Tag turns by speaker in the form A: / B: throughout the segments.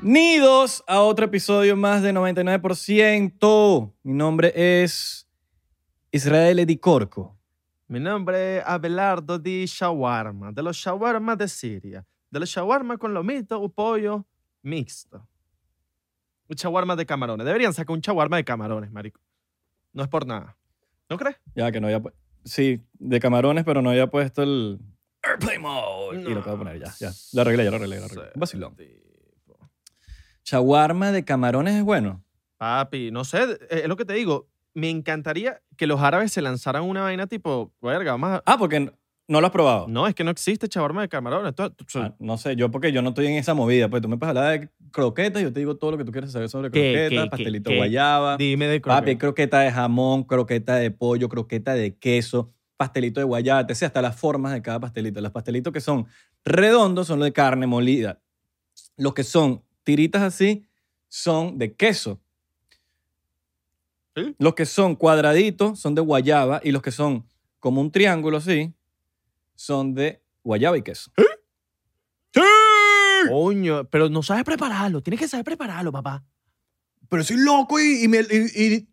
A: Bienvenidos a otro episodio más de 99%. Mi nombre es Israel Edicorco.
B: Mi nombre es Abelardo Di Shawarma, de los shawarma de Siria, de los shawarma con lomito o pollo mixto. Un shawarma de camarones. Deberían sacar un shawarma de camarones, marico. No es por nada. ¿No crees?
A: Ya que no había pu- Sí, de camarones, pero no había puesto el Airplay Mode. Y lo acabo de poner ya, ya. Lo arreglé, ya lo arreglé, lo arreglé. Un vacilón.
B: tipo.
A: Chaguarma de camarones es bueno.
B: Papi, no sé, eh, es lo que te digo. Me encantaría que los árabes se lanzaran una vaina tipo, verga, vamos a-
A: Ah, porque n- no lo has probado.
B: No, es que no existe shawarma de camarones. Esto- esto-
A: Ah, no sé, yo porque yo no estoy en esa movida. Pues tú me puedes hablar de croquetas y yo te digo todo lo que tú quieres saber sobre
B: ¿Qué,
A: croquetas,
B: qué, qué,
A: pastelito
B: qué?
A: guayaba.
B: Dime de
A: Papi, hay
B: croqueta.
A: croqueta de jamón, croqueta de pollo, croqueta de queso, pastelito de guayaba, te sé hasta las formas de cada pastelito. Los pastelitos que son redondos son los de carne molida. Los que son tiritas así son de queso.
B: ¿Sí?
A: Los que son cuadraditos son de guayaba y los que son como un triángulo así son de guayaba y queso.
B: Coño, pero no sabes prepararlo. Tienes que saber prepararlo, papá.
A: Pero soy loco y,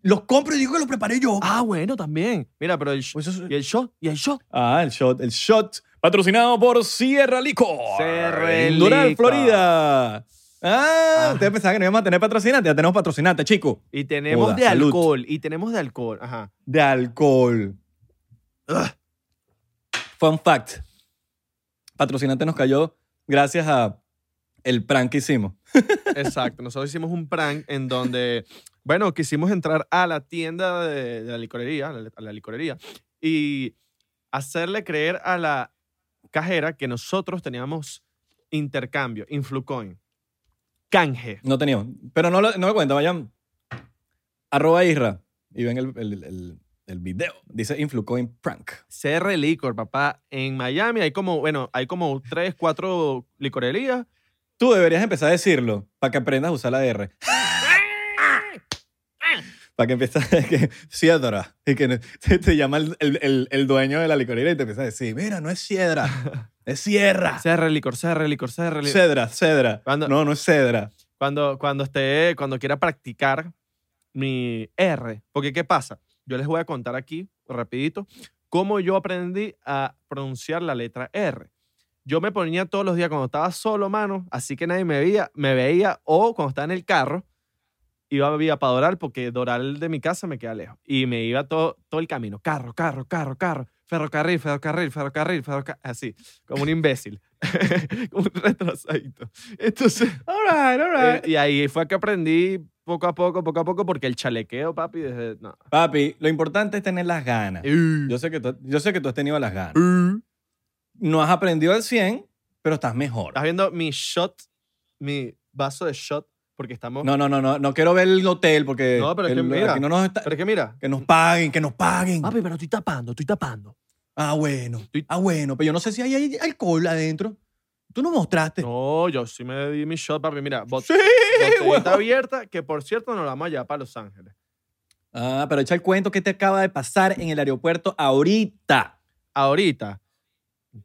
A: los compro y digo que los preparé yo. Pues
B: Ah, bueno, también. Mira, pero el, sh- Y el shot, y el shot.
A: Ah, el shot, el shot. Patrocinado por Sierra Licor.
B: Sierra
A: En Doral,
B: Licor.
A: Florida. Ah,
B: Ah.
A: ustedes pensaban que no íbamos a tener patrocinante. Ya tenemos patrocinante, chico.
B: Y tenemos
A: Joda,
B: de
A: salud.
B: alcohol, y tenemos de alcohol. Ajá.
A: De alcohol.
B: Ugh.
A: Fun fact. Patrocinante nos cayó gracias a el prank que hicimos.
B: Exacto. Nosotros hicimos un prank en donde, bueno, quisimos entrar a la tienda de, de la licorería, a la, a la licorería, y hacerle creer a la cajera que nosotros teníamos intercambio, influcoin, canje.
A: No teníamos. Pero no lo, no lo cuenta. Vayan. Arroba Isra. Y ven el, el- el- el video. Dice Influcoin Prank.
B: CR Licor, papá. En Miami hay como, bueno, hay como tres, cuatro licorerías.
A: Tú deberías empezar a decirlo para que aprendas a usar la R. Para que empieces a que Siedra. Y que no- te, te llama el, el- el- el dueño de la licorería y te empieza a decir, mira, no es Siedra, es Sierra.
B: CR Licor, CR Licor, CR Licor.
A: Cedra, Cedra.
B: Cuando-
A: No, no es Cedra.
B: Cuando, cuando esté, cuando quiera practicar mi R. Porque, ¿qué pasa? Yo les voy a contar aquí, rapidito, cómo yo aprendí a pronunciar la letra R. Yo me ponía todos los días cuando estaba solo, mano, así que nadie me veía, me veía o cuando estaba en el carro, iba vía para Doral, porque Doral de mi casa me queda lejos. Y me iba todo, todo el camino, carro, carro, carro, carro, ferrocarril, ferrocarril, ferrocarril, ferrocarril, así, como un imbécil, como un retrasadito. Entonces,
A: All right, all
B: eh, y ahí fue que aprendí poco a poco, poco a poco, porque el chalequeo, papi, desde. No.
A: Papi, lo importante es tener las ganas.
B: Uh,
A: Yo sé que tú, yo sé que tú has tenido las ganas.
B: uh.
A: No has aprendido al 100, pero estás mejor.
B: Estás viendo mi shot, mi vaso de shot, porque estamos.
A: No, no, no, no. No quiero ver el hotel porque
B: No, pero es que
A: el-
B: mira.
A: aquí no nos está-
B: Pero es que mira.
A: que nos paguen, que nos paguen.
B: Papi, pero estoy tapando, estoy tapando.
A: Ah, bueno.
B: Estoy-
A: Ah, bueno. Pero yo no sé si hay, hay alcohol adentro. Tú no mostraste.
B: No, yo sí me di mi shot, papi. Mira, bot
A: Sí,
B: botellita
A: huevón.
B: abierta, que por cierto nos la vamos allá para Los Ángeles.
A: Ah, pero echa el cuento que te acaba de pasar en el aeropuerto ahorita.
B: Ahorita,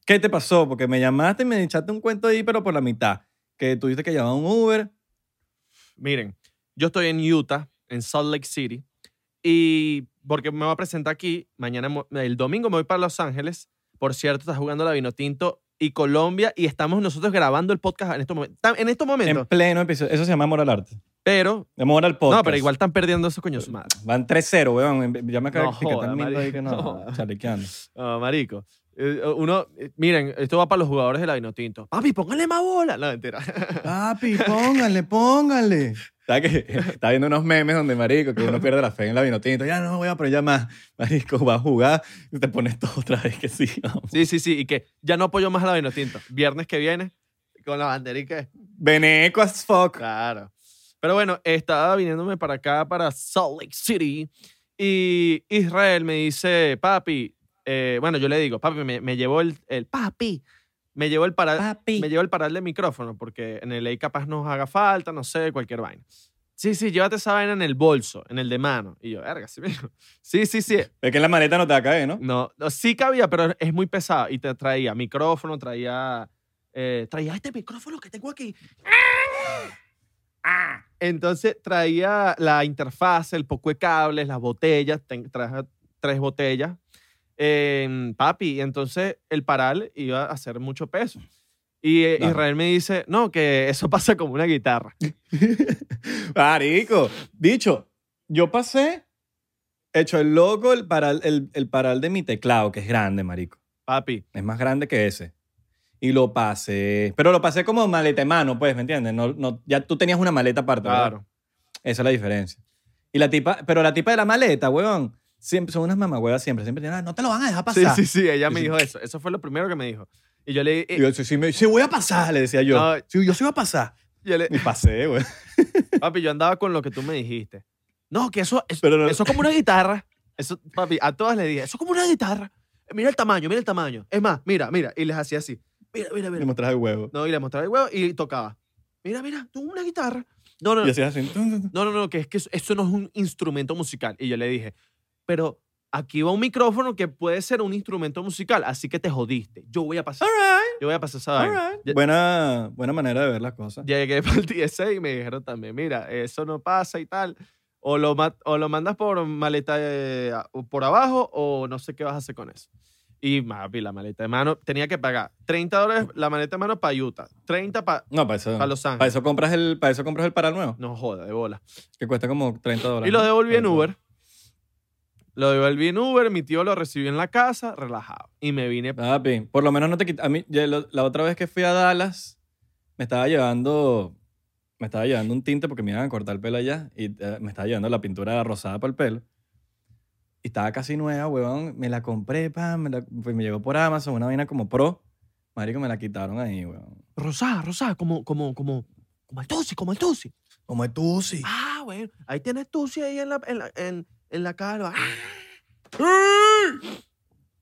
A: ¿Qué te pasó? Porque me llamaste y me echaste un cuento ahí, pero por la mitad. Que tuviste que llamar a un Uber.
B: miren, yo estoy en Utah, en Salt Lake City, y porque me voy a presentar aquí, mañana, mo- el domingo me voy para Los Ángeles. Por cierto, está jugando la Vinotinto y Colombia, y estamos nosotros grabando el podcast en estos momentos. Tam- En estos momentos,
A: En pleno episodio. Eso se llama Moral Arte.
B: pero.
A: Moral Podcast.
B: No, pero igual están perdiendo esos coños madre.
A: Van 3-0, weón. Ya me acabo
B: No
A: de etiquetar
B: joda,
A: mil ahí que no.
B: marico. No.
A: Chalequeando.
B: Ah, marico. Eh, Uno, eh, miren, esto va para los jugadores de la Vinotinto. Papi, póngale más bola. No, mentira.
A: Papi, póngale, póngale. ¿Sabes qué? Está viendo unos memes donde, marico, que uno pierde la fe en la vinotinto. Ya no voy a, pero ya más. Marico, va a jugar y te pones todo otra vez que sí. vamos.
B: Sí, sí, sí. Y que ya no apoyo más a la Vinotinto. Viernes que viene, con la banderica.
A: Veneco as fuck.
B: Claro. Pero bueno, estaba viniéndome para acá, para Salt Lake City. Y Israel me dice, papi, eh, bueno, yo le digo, papi, me, me llevó el, el- papi, me llevó el para,
A: Papi.
B: me llevo el paral de micrófono porque en el ley capaz nos haga falta, no sé, cualquier vaina. Sí, sí, llévate esa vaina en el bolso, en el de mano. Y yo, verga, sí mismo. Sí, sí, sí.
A: Es que la maleta no te va a caer, ¿no?
B: No, no, sí cabía, pero es muy pesado. Y te traía micrófono, traía. eh, traía este micrófono que tengo aquí. ¡Ah! Entonces traía la interfaz, el poco de cables, las botellas, ten- traje tres botellas. Eh, papi, y entonces el paral iba a hacer mucho peso. Y eh,
A: Claro.
B: Israel me dice, no, que eso pasa como una guitarra.
A: Marico, dicho, yo pasé hecho el logo, el paral, el, el paral de mi teclado, que es grande, marico.
B: Papi,
A: Es más grande que ese. Y lo pasé. Pero lo pasé como maleta en mano, pues, ¿me entiendes? No, no, ya tú tenías una maleta aparte, ¿verdad?
B: claro.
A: Esa es la diferencia. Y la tipa, pero la tipa de la maleta, huevón, siempre, son unas mamagüevas siempre. Siempre tienen, "Ah, no te lo van a dejar
B: Sí,
A: pasar.
B: sí, sí, ella me
A: Sí, sí.
B: dijo eso. Eso fue lo primero que me dijo. Y yo le,
A: Y yo, sí, sí, me- sí, voy a pasar, le decía yo.
B: No.
A: Sí, yo sí voy a pasar.
B: yo le-
A: Y pasé, güey.
B: papi, yo andaba con lo que tú me dijiste. No, que eso, eso,
A: Pero no-
B: eso es como una guitarra. Eso, papi, a todas les dije, eso es como una guitarra. Mira el tamaño, mira el tamaño. Es más, mira, mira. Y les hacía así. Mira, mira,
A: Le
B: mira.
A: mostraba el huevo.
B: No, y le mostraba el huevo y tocaba. Mira, mira, tú una guitarra. No, no,
A: Y
B: no,
A: hacías así. tun, tun, tun.
B: no, no, no, que es que eso, eso no es un instrumento musical. Y yo le dije, pero aquí va un micrófono que puede ser un instrumento musical, así que te jodiste. Yo voy a pasar,
A: All right,
B: yo voy a pasar esa
A: all
B: vaina.
A: right.
B: Ya-
A: Buena, buena manera de ver las cosas.
B: Llegué para el TSA y me dijeron también, mira, eso no pasa y tal. O lo, ma- o lo mandas por maleta eh, a- o por abajo o no sé qué vas a hacer con eso. Y papi, la maleta de mano, tenía que pagar 30 dólares la maleta de mano para Utah, 30 para
A: No, para eso.
B: Los
A: Para
B: Ángeles.
A: Ah, eso compras el, para eso compras el paral nuevo,
B: No joda, de bola.
A: que cuesta como 30 dólares.
B: Y lo
A: ¿no?
B: devolví en
A: 30
B: Uber. Lo devolví en Uber, mi tío lo recibió en la casa, relajado. Y me vine.
A: Papi, por lo menos no te quitas. A mí, ya lo- la otra vez que fui a Dallas, me estaba llevando. Me estaba llevando un tinte porque me iban a cortar el pelo allá. Y eh, me estaba llevando la pintura rosada para el pelo. Y estaba casi nueva, huevón. Me la compré, pam. Me, la- pues me llegó por Amazon, una vaina como pro. Marico, me la quitaron ahí, huevón.
B: Rosá, Rosá, como, como, como, como el Tusi, como el Tusi.
A: Como tú, sí.
B: Ah, bueno, ahí tienes Tusi ahí en la, en la, en, en la cara. ¡Ah!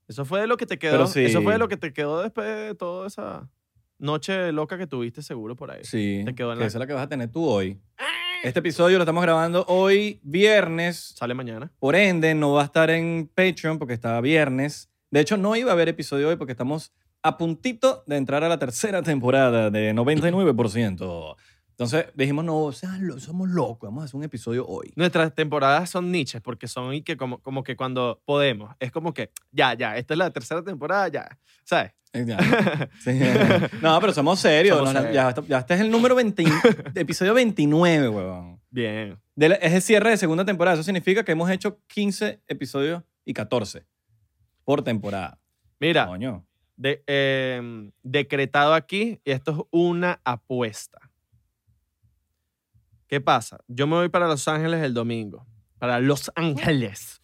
B: Eso fue de lo que te quedó.
A: Pero sí.
B: Eso fue de lo que te quedó después de toda esa noche loca que tuviste seguro por ahí.
A: Sí.
B: Te quedó en
A: que
B: la-
A: esa es la que vas a tener tú hoy. Este episodio lo estamos grabando hoy, viernes.
B: Sale mañana.
A: Por ende, no va a estar en Patreon porque está viernes. De hecho, no iba a haber episodio hoy porque estamos a puntito de entrar a la tercera temporada de 99%. Entonces dijimos, no, sean lo- somos locos, vamos a hacer un episodio hoy.
B: Nuestras temporadas son niches porque son y que como, como que cuando podemos. Es como que, ya, ya, esta es la tercera temporada, ya. ¿Sabes?
A: Eh, ya. Sí. No, pero somos serios.
B: Somos
A: no, no,
B: serios.
A: Ya, esto- ya este es el número 20, episodio 29, huevón.
B: Bien.
A: De la- es el cierre de segunda temporada. Eso significa que hemos hecho 15 episodios y 14 por temporada.
B: Mira,
A: Coño.
B: de- eh, decretado aquí, y esto es una apuesta. ¿Qué pasa? Yo me voy para Los Ángeles el domingo. Para Los Ángeles.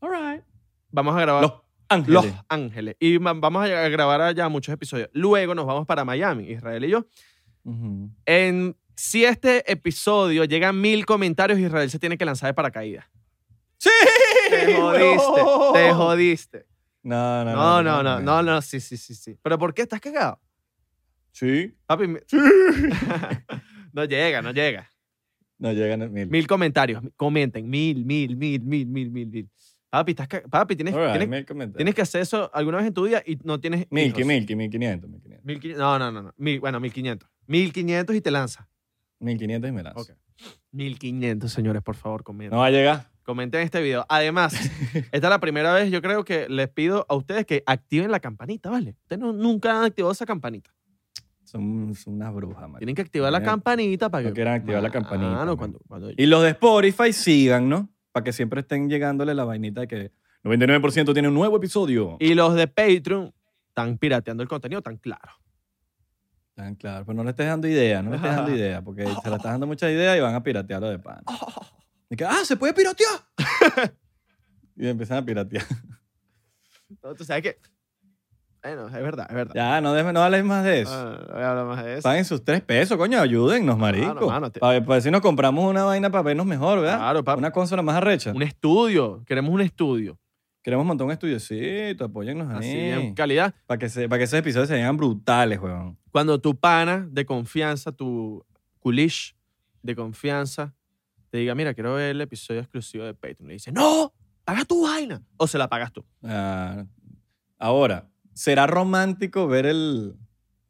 A: All right.
B: Vamos a grabar.
A: Los ángeles.
B: Los Ángeles. Y ma- vamos a llegar a grabar allá muchos episodios. Luego nos vamos para Miami, Israel y yo.
A: Ujú.
B: En, si este episodio llega a mil comentarios, Israel se tiene que lanzar de paracaídas.
A: ¡Sí!
B: Te jodiste.
A: ¡No!
B: Te jodiste.
A: No, no,
B: No, no, no, no, no, sí, sí, sí, sí. ¿Pero por qué estás cagado?
A: Sí.
B: Papi, me- no llega, no llega.
A: No llegan a mil.
B: Mil comentarios. Comenten. Mil, mil, mil, mil, mil, mil, mil. Papi, estás ca- Papi, tienes,
A: All right,
B: tienes,
A: mil comentarios.
B: tienes que hacer eso alguna vez en tu vida y no tienes.
A: Mil,
B: hijos.
A: que mil, que mil quinientos, mil quinientos.
B: 1500, no, no, no, no. Mil, bueno, 1500. 1500 y te lanza.
A: Mil quinientos y me lanzo.
B: Ok. 1500, señores, por favor, comenten.
A: No va a llegar.
B: Comenten este video. Además, esta es la primera vez, yo creo que les pido a ustedes que activen la campanita, ¿vale? Ustedes no- nunca han activado esa campanita.
A: Son, son unas brujas, man.
B: Tienen que activar la
A: Mira,
B: campanita para que.
A: no quieran activar la campanita,
B: Mano,
A: man.
B: cuando, cuando-
A: Y los de Spotify sigan, ¿no? Para que siempre estén llegándole la vainita de que 99% tiene un nuevo episodio.
B: y los de Patreon están pirateando el contenido tan claro.
A: Ah, claro, pero no le estés dando idea, no le estés dando idea, porque se le estás dando mucha idea y van a piratearlo de pan. Y que, ah, ¿se puede piratear? y empiezan a piratear.
B: No, Tú sabes que. Bueno, es verdad, es verdad.
A: Ya, no, dejes- no hables más de eso.
B: Ah, no voy a hablar más de eso.
A: Paguen sus tres pesos, coño, ayúdennos, marico.
B: mano, te-
A: Para ver, pa' ver si nos compramos una vaina para vernos mejor, ¿verdad?
B: Claro, papi.
A: Una consola más arrecha.
B: Un estudio. Queremos un estudio.
A: Queremos montar un estudiocito, apóyennos
B: Así,
A: ahí.
B: bien, calidad.
A: Para que, se- pa' que esos episodios se vean brutales, weón.
B: cuando tu pana de confianza, tu culish de confianza, te diga, mira, quiero ver el episodio exclusivo de Patreon. Le dice, no, paga tu vaina. O se la pagas tú.
A: Ah, ahora, ¿será romántico ver el,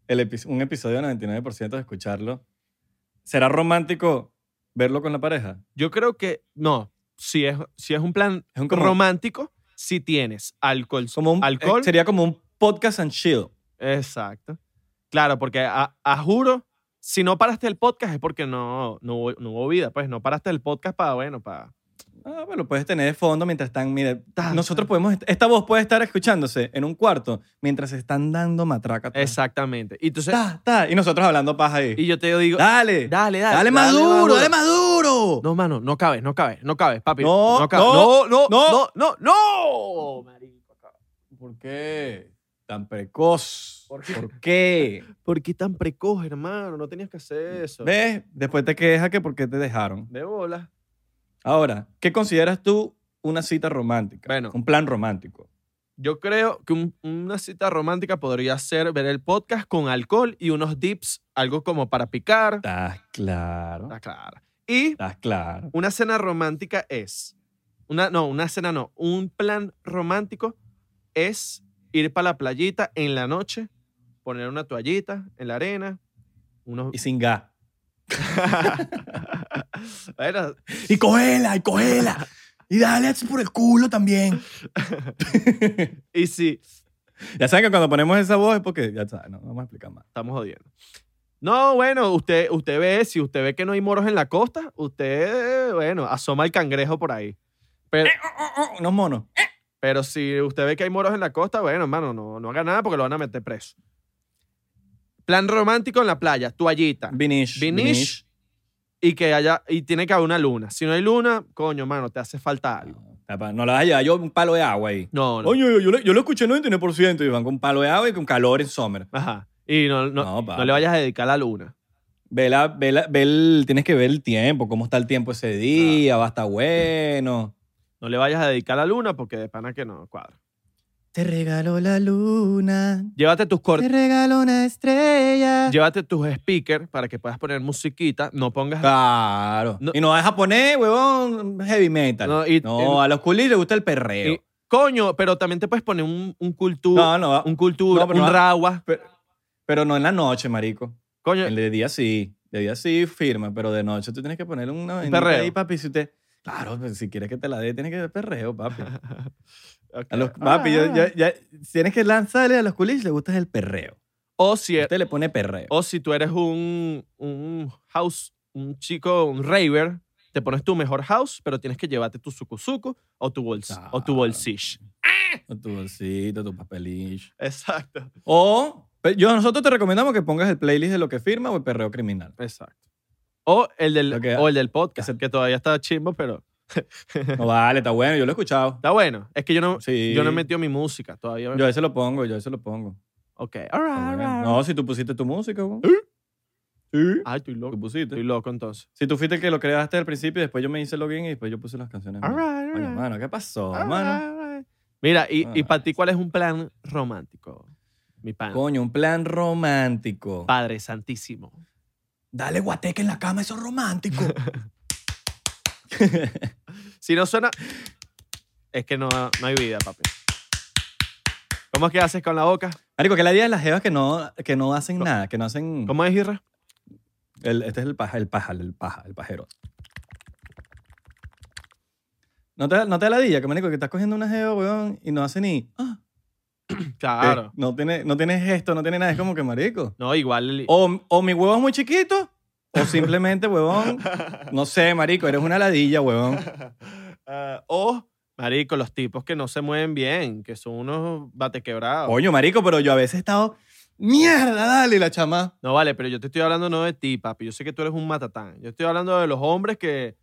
A: el epi- un episodio 99% de escucharlo ¿Será romántico verlo con la pareja?
B: Yo creo que no. Si es, si es un plan
A: Es un como-
B: romántico, si tienes alcohol.
A: Como un,
B: Alcohol.
A: eh, sería como un podcast and chill.
B: Exacto. Claro, porque a, a juro, si no paraste el podcast es porque no, no, hubo- no hubo vida. Pues no paraste el podcast para, bueno, para.
A: Ah, bueno, lo puedes tener de fondo mientras están, mira,
B: Ta-
A: nosotros podemos, esta voz puede estar escuchándose en un cuarto mientras se están dando matraca. atrás.
B: Exactamente. Y entonces,
A: Ta, ta, y nosotros hablando paja ahí.
B: y yo te digo, dale,
A: dale, dale,
B: dale, dale.
A: más duro, dale más duro.
B: No, mano, no cabes, no cabes, no cabes, papi.
A: No,
B: no, cabes.
A: no,
B: no, no,
A: no.
B: no, no, no, marico.
A: ¿Por qué? Tan precoz.
B: ¿Por qué?
A: ¿Por qué?
B: ¿Por qué tan precoz, hermano? No tenías que hacer eso.
A: ¿Ves? Después te quejas que por qué te dejaron.
B: De bola.
A: Ahora, ¿qué consideras tú una cita romántica?
B: Bueno.
A: Un plan romántico.
B: Yo creo que un- una cita romántica podría ser ver el podcast con alcohol y unos dips, algo como para picar.
A: Estás claro.
B: Está Ah, claro. Y
A: Estás claro.
B: una cena romántica es. Una, no, una cena no. Un plan romántico es ir para la playita en la noche, poner una toallita en la arena, unos.
A: Y sin gas.
B: Bueno,
A: Y cogela, y cogela. Y dale por el culo también.
B: y si
A: ya saben que cuando ponemos esa voz es porque, ya saben, no vamos a explicar más.
B: estamos jodiendo. No, bueno, usted, usted ve, si usted ve que no hay moros en la costa, usted, bueno, asoma el cangrejo por ahí. Pero,
A: Unos monos.
B: pero si usted ve que hay moros en la costa, bueno, hermano, no, no haga nada porque lo van a meter preso. Plan romántico en la playa, toallita,
A: Vinish.
B: vinish, y que haya, y tiene que haber una luna. Si no hay luna, coño, mano, te hace falta algo.
A: Tapa, No la vas a llevar yo un palo de agua ahí.
B: No, no.
A: Oye, yo, yo, lo- yo lo escuché 99% y van con un palo de agua y con calor en summer.
B: Ajá. Y no, no,
A: No, pa.
B: no le vayas a dedicar la luna.
A: Ve la- ve la- ve el- tienes que ver el tiempo, cómo está el tiempo ese día,
B: Ah.
A: va a estar bueno.
B: No le vayas a dedicar la luna porque de pana que no cuadra.
A: Te regaló la luna,
B: Llévate tus cortes.
A: regaló una estrella.
B: Llévate tus speakers para que puedas poner musiquita. No pongas.
A: Claro.
B: No-
A: Y no vas a poner, huevón, heavy metal. No, ah.
B: No, y- y-
A: a los culis les gusta el perreo.
B: y- coño, pero también te puedes poner un, un cultura.
A: no, no.
B: Un cultura,
A: No, pero
B: un
A: no-
B: rawa.
A: Pero, pero no en la noche, marico.
B: Coño,
A: El de día sí. De día sí firma, pero de noche tú tienes que poner una vainita
B: perreo.
A: ahí, papi. Si usted, claro, pues, si quieres que te la dé, tienes que dar perreo, papi.
B: ok.
A: A los, papi, yo-
B: Ah.
A: yo- ya- tienes que lanzarle a los culis, le gusta el perreo.
B: O si,
A: Usted le pone perreo.
B: o si tú eres un, un house, un chico, un raver, te pones tu mejor house, pero tienes que llevarte tu sukusuku o tu, bols, o tu
A: Claro.
B: bolsish.
A: O tu bolsito, tu papelillo.
B: Exacto.
A: O pe- yo, nosotros te recomendamos que pongas el playlist de lo que firma o el perreo criminal.
B: Exacto. O el del,
A: Ok.
B: o el del podcast,
A: Ese-
B: que todavía está chimbo, pero
A: No vale, está bueno, yo lo he escuchado.
B: está bueno. Es que yo no,
A: Sí.
B: yo no pues. he metido mi música todavía.
A: Yo a veces lo pongo, yo a veces lo pongo.
B: Ok, all right,
A: Está
B: all
A: bueno.
B: right.
A: No, si tú pusiste tu música, weón.
B: ¿Eh?
A: Sí.
B: Ay, estoy loco.
A: Tú pusiste.
B: Estoy loco entonces.
A: Si tú fuiste el que lo creaste al principio, después yo me hice login y después yo puse las canciones.
B: All
A: mías.
B: right, all
A: Coño,
B: right.
A: mano, ¿qué pasó,
B: All
A: mano?
B: right, all right. Mira, y,
A: All
B: y para
A: right.
B: ti, ¿cuál es un plan romántico? Mi pan.
A: Coño, un plan romántico.
B: Padre Santísimo.
A: Dale guateque en la cama, eso es romántico.
B: Si no suena, es que no, no hay vida, papi. ¿Cómo es que haces con la boca?
A: Marico, que la idea de las jevas que no, que no hacen
B: Co-
A: nada, que no hacen...
B: ¿Cómo es, Irra?
A: El- este es el paja, el paja, el paja, el pajero. No te, no te ladilla, que marico, que estás cogiendo una jeva, weón, y no hace ni... ah, que
B: Claro.
A: No tiene, no tiene gesto, no tiene nada, es como que marico.
B: No, igual. el-
A: O, o mi huevo es muy chiquito, o simplemente, huevón, no sé, marico, eres una ladilla, huevón.
B: Ah, o, marico, los tipos que no se mueven bien, que son unos batequebrados.
A: Coño, marico, pero yo a veces he estado... ¡Mierda, dale, la chama!
B: No vale, pero yo te estoy hablando no de ti, papi. Yo sé que tú eres un matatán. Yo estoy hablando de los hombres que,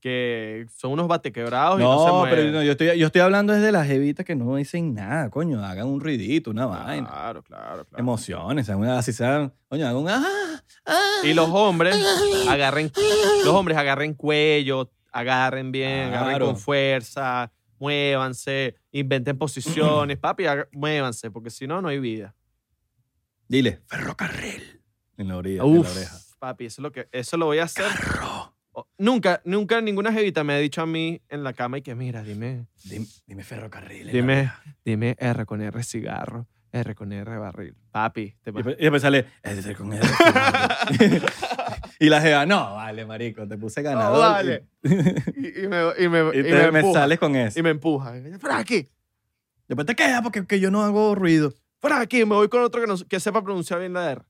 B: que son unos batequebrados y no se
A: No,
B: mueven.
A: pero no, yo, estoy, yo estoy hablando es de las jevitas que no dicen nada, coño. Hagan un ruidito, una vaina.
B: Claro, claro, claro.
A: Emociones, sean una- así sean. Coño, hagan un. ah, ah.
B: Y los hombres agarren, los hombres agarren cuello, agarren bien,
A: Claro.
B: agarren con fuerza, muévanse, inventen posiciones, papi, haga- muévanse, porque si no, no hay vida.
A: Dile, ferrocarril. En la orilla, en la oreja.
B: Uf, papi, eso es lo que, eso lo voy a hacer. Oh, Nunca, nunca ninguna jevita me ha dicho a mí en la cama y que mira, dime,
A: Dime, dime ferrocarril. en la
B: dime,
A: oreja.
B: dime R con R cigarro, R con R barril. Papi, te
A: pues, Y después- Y después sale. "Es de ser con él". Y la jeva, no, vale, marico, te puse ganador.
B: vale.
A: Y,
B: Y, y me, y me,
A: y
B: y
A: te-
B: me
A: me,
B: empuja.
A: sales con eso.
B: Y me empuja. Y, Frankie,
A: Después te quedas porque que yo no hago ruido.
B: Frankie, me voy con otro que, no- que sepa pronunciar bien la R.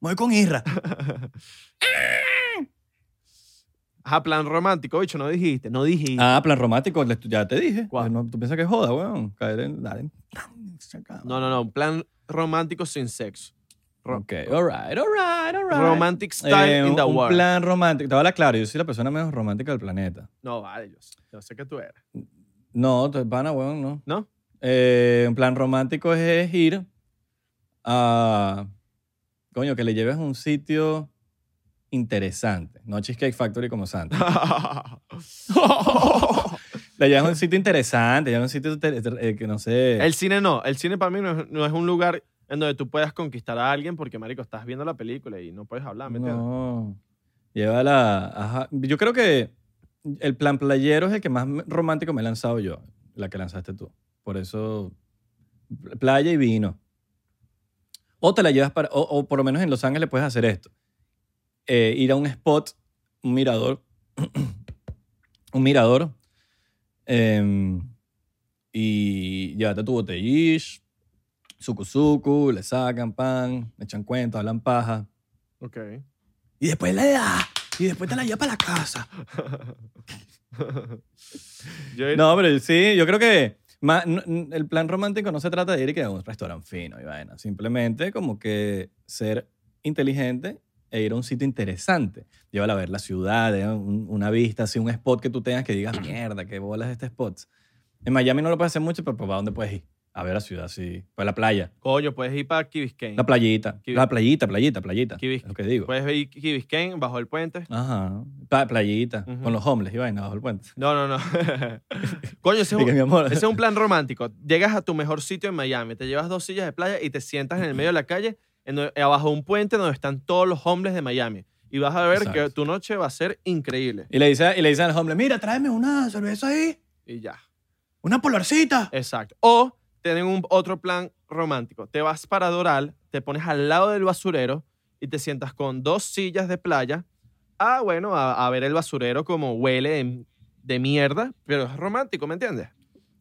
A: Me voy con Irra.
B: Ajá, plan romántico, bicho, no dijiste, no dijiste.
A: Ah, plan romántico, le- ya te dije.
B: ¿Cuál?
A: No, Tú piensas que es joda, weón. Caer en. Dale.
B: No, no, no, un plan romántico sin sexo. Ro-
A: Ok, alright, alright, alright.
B: Romantic style
A: Eh,
B: in the
A: un
B: world.
A: plan romántico. Te voy a hablar claro, yo soy la persona menos romántica del planeta.
B: No, vale, yo sé, yo sé que tú eres.
A: No, te pana, weón, no.
B: ¿No?
A: Eh, un plan romántico es ir a. Coño, que le lleves a un sitio interesante. No Cheesecake Factory como Santa. Le llevas a un sitio interesante, le llevas a un sitio inter- eh, que no sé.
B: el cine no, el cine para mí no es, no es un lugar en donde tú puedas conquistar a alguien porque, marico, estás viendo la película y no puedes hablar, ¿me entiendes?
A: No. Llévala. ajá. Yo creo que el plan playero es el que más me- romántico me he lanzado yo, la que lanzaste tú. Por eso, pl- playa y vino. O te la llevas para. O, o por lo menos en Los Ángeles puedes hacer esto: Eh, ir a un spot, un mirador. un mirador. em, y llévate tu botellish, sucuzucu, le sacan pan, le echan cuentos, hablan paja.
B: Ok.
A: Y después le da. Y después te la lleva para la casa.
B: Yo ir-
A: No, pero sí, yo creo que ma- n- n- el plan romántico no se trata de ir y que a un restaurante fino y vaina. Simplemente como que ser inteligente e ir a un sitio interesante. Llévala a ver la ciudad, eh, un- una vista, así un spot que tú tengas que digas, mierda, qué bolas este spot. En Miami no lo puedes hacer mucho, pero ¿para dónde puedes ir? A ver la ciudad, sí. Pues la playa.
B: Coño, puedes ir para Key Biscayne.
A: La playita.
B: Qué
A: La playita, playita, playita.
B: Qué Pues
A: Es lo que digo.
B: Puedes ir a Key Biscayne bajo el puente.
A: Ajá. Pa- playita.
B: Ujú.
A: Con los homeless y vaina bajo el puente.
B: No, no, no. Coño, ese es
A: Dije,
B: un-
A: mi amor.
B: Ese es un plan romántico. Llegas a tu mejor sitio en Miami, te llevas dos sillas de playa y te sientas en el medio de la calle, en do- abajo de un puente donde están todos los hombres de Miami. Y vas a ver que
A: Exacto.
B: tu noche va a ser increíble.
A: Y le dice, y le dice al hombre, mira, tráeme una cerveza ahí,
B: Y ya.
A: una polarcita.
B: Exacto. O tienen un, otro plan romántico. Te vas para Doral, te pones al lado del basurero y te sientas con dos sillas de playa. Ah, bueno, a, a ver el basurero como huele de, de mierda, pero es romántico, ¿me entiendes?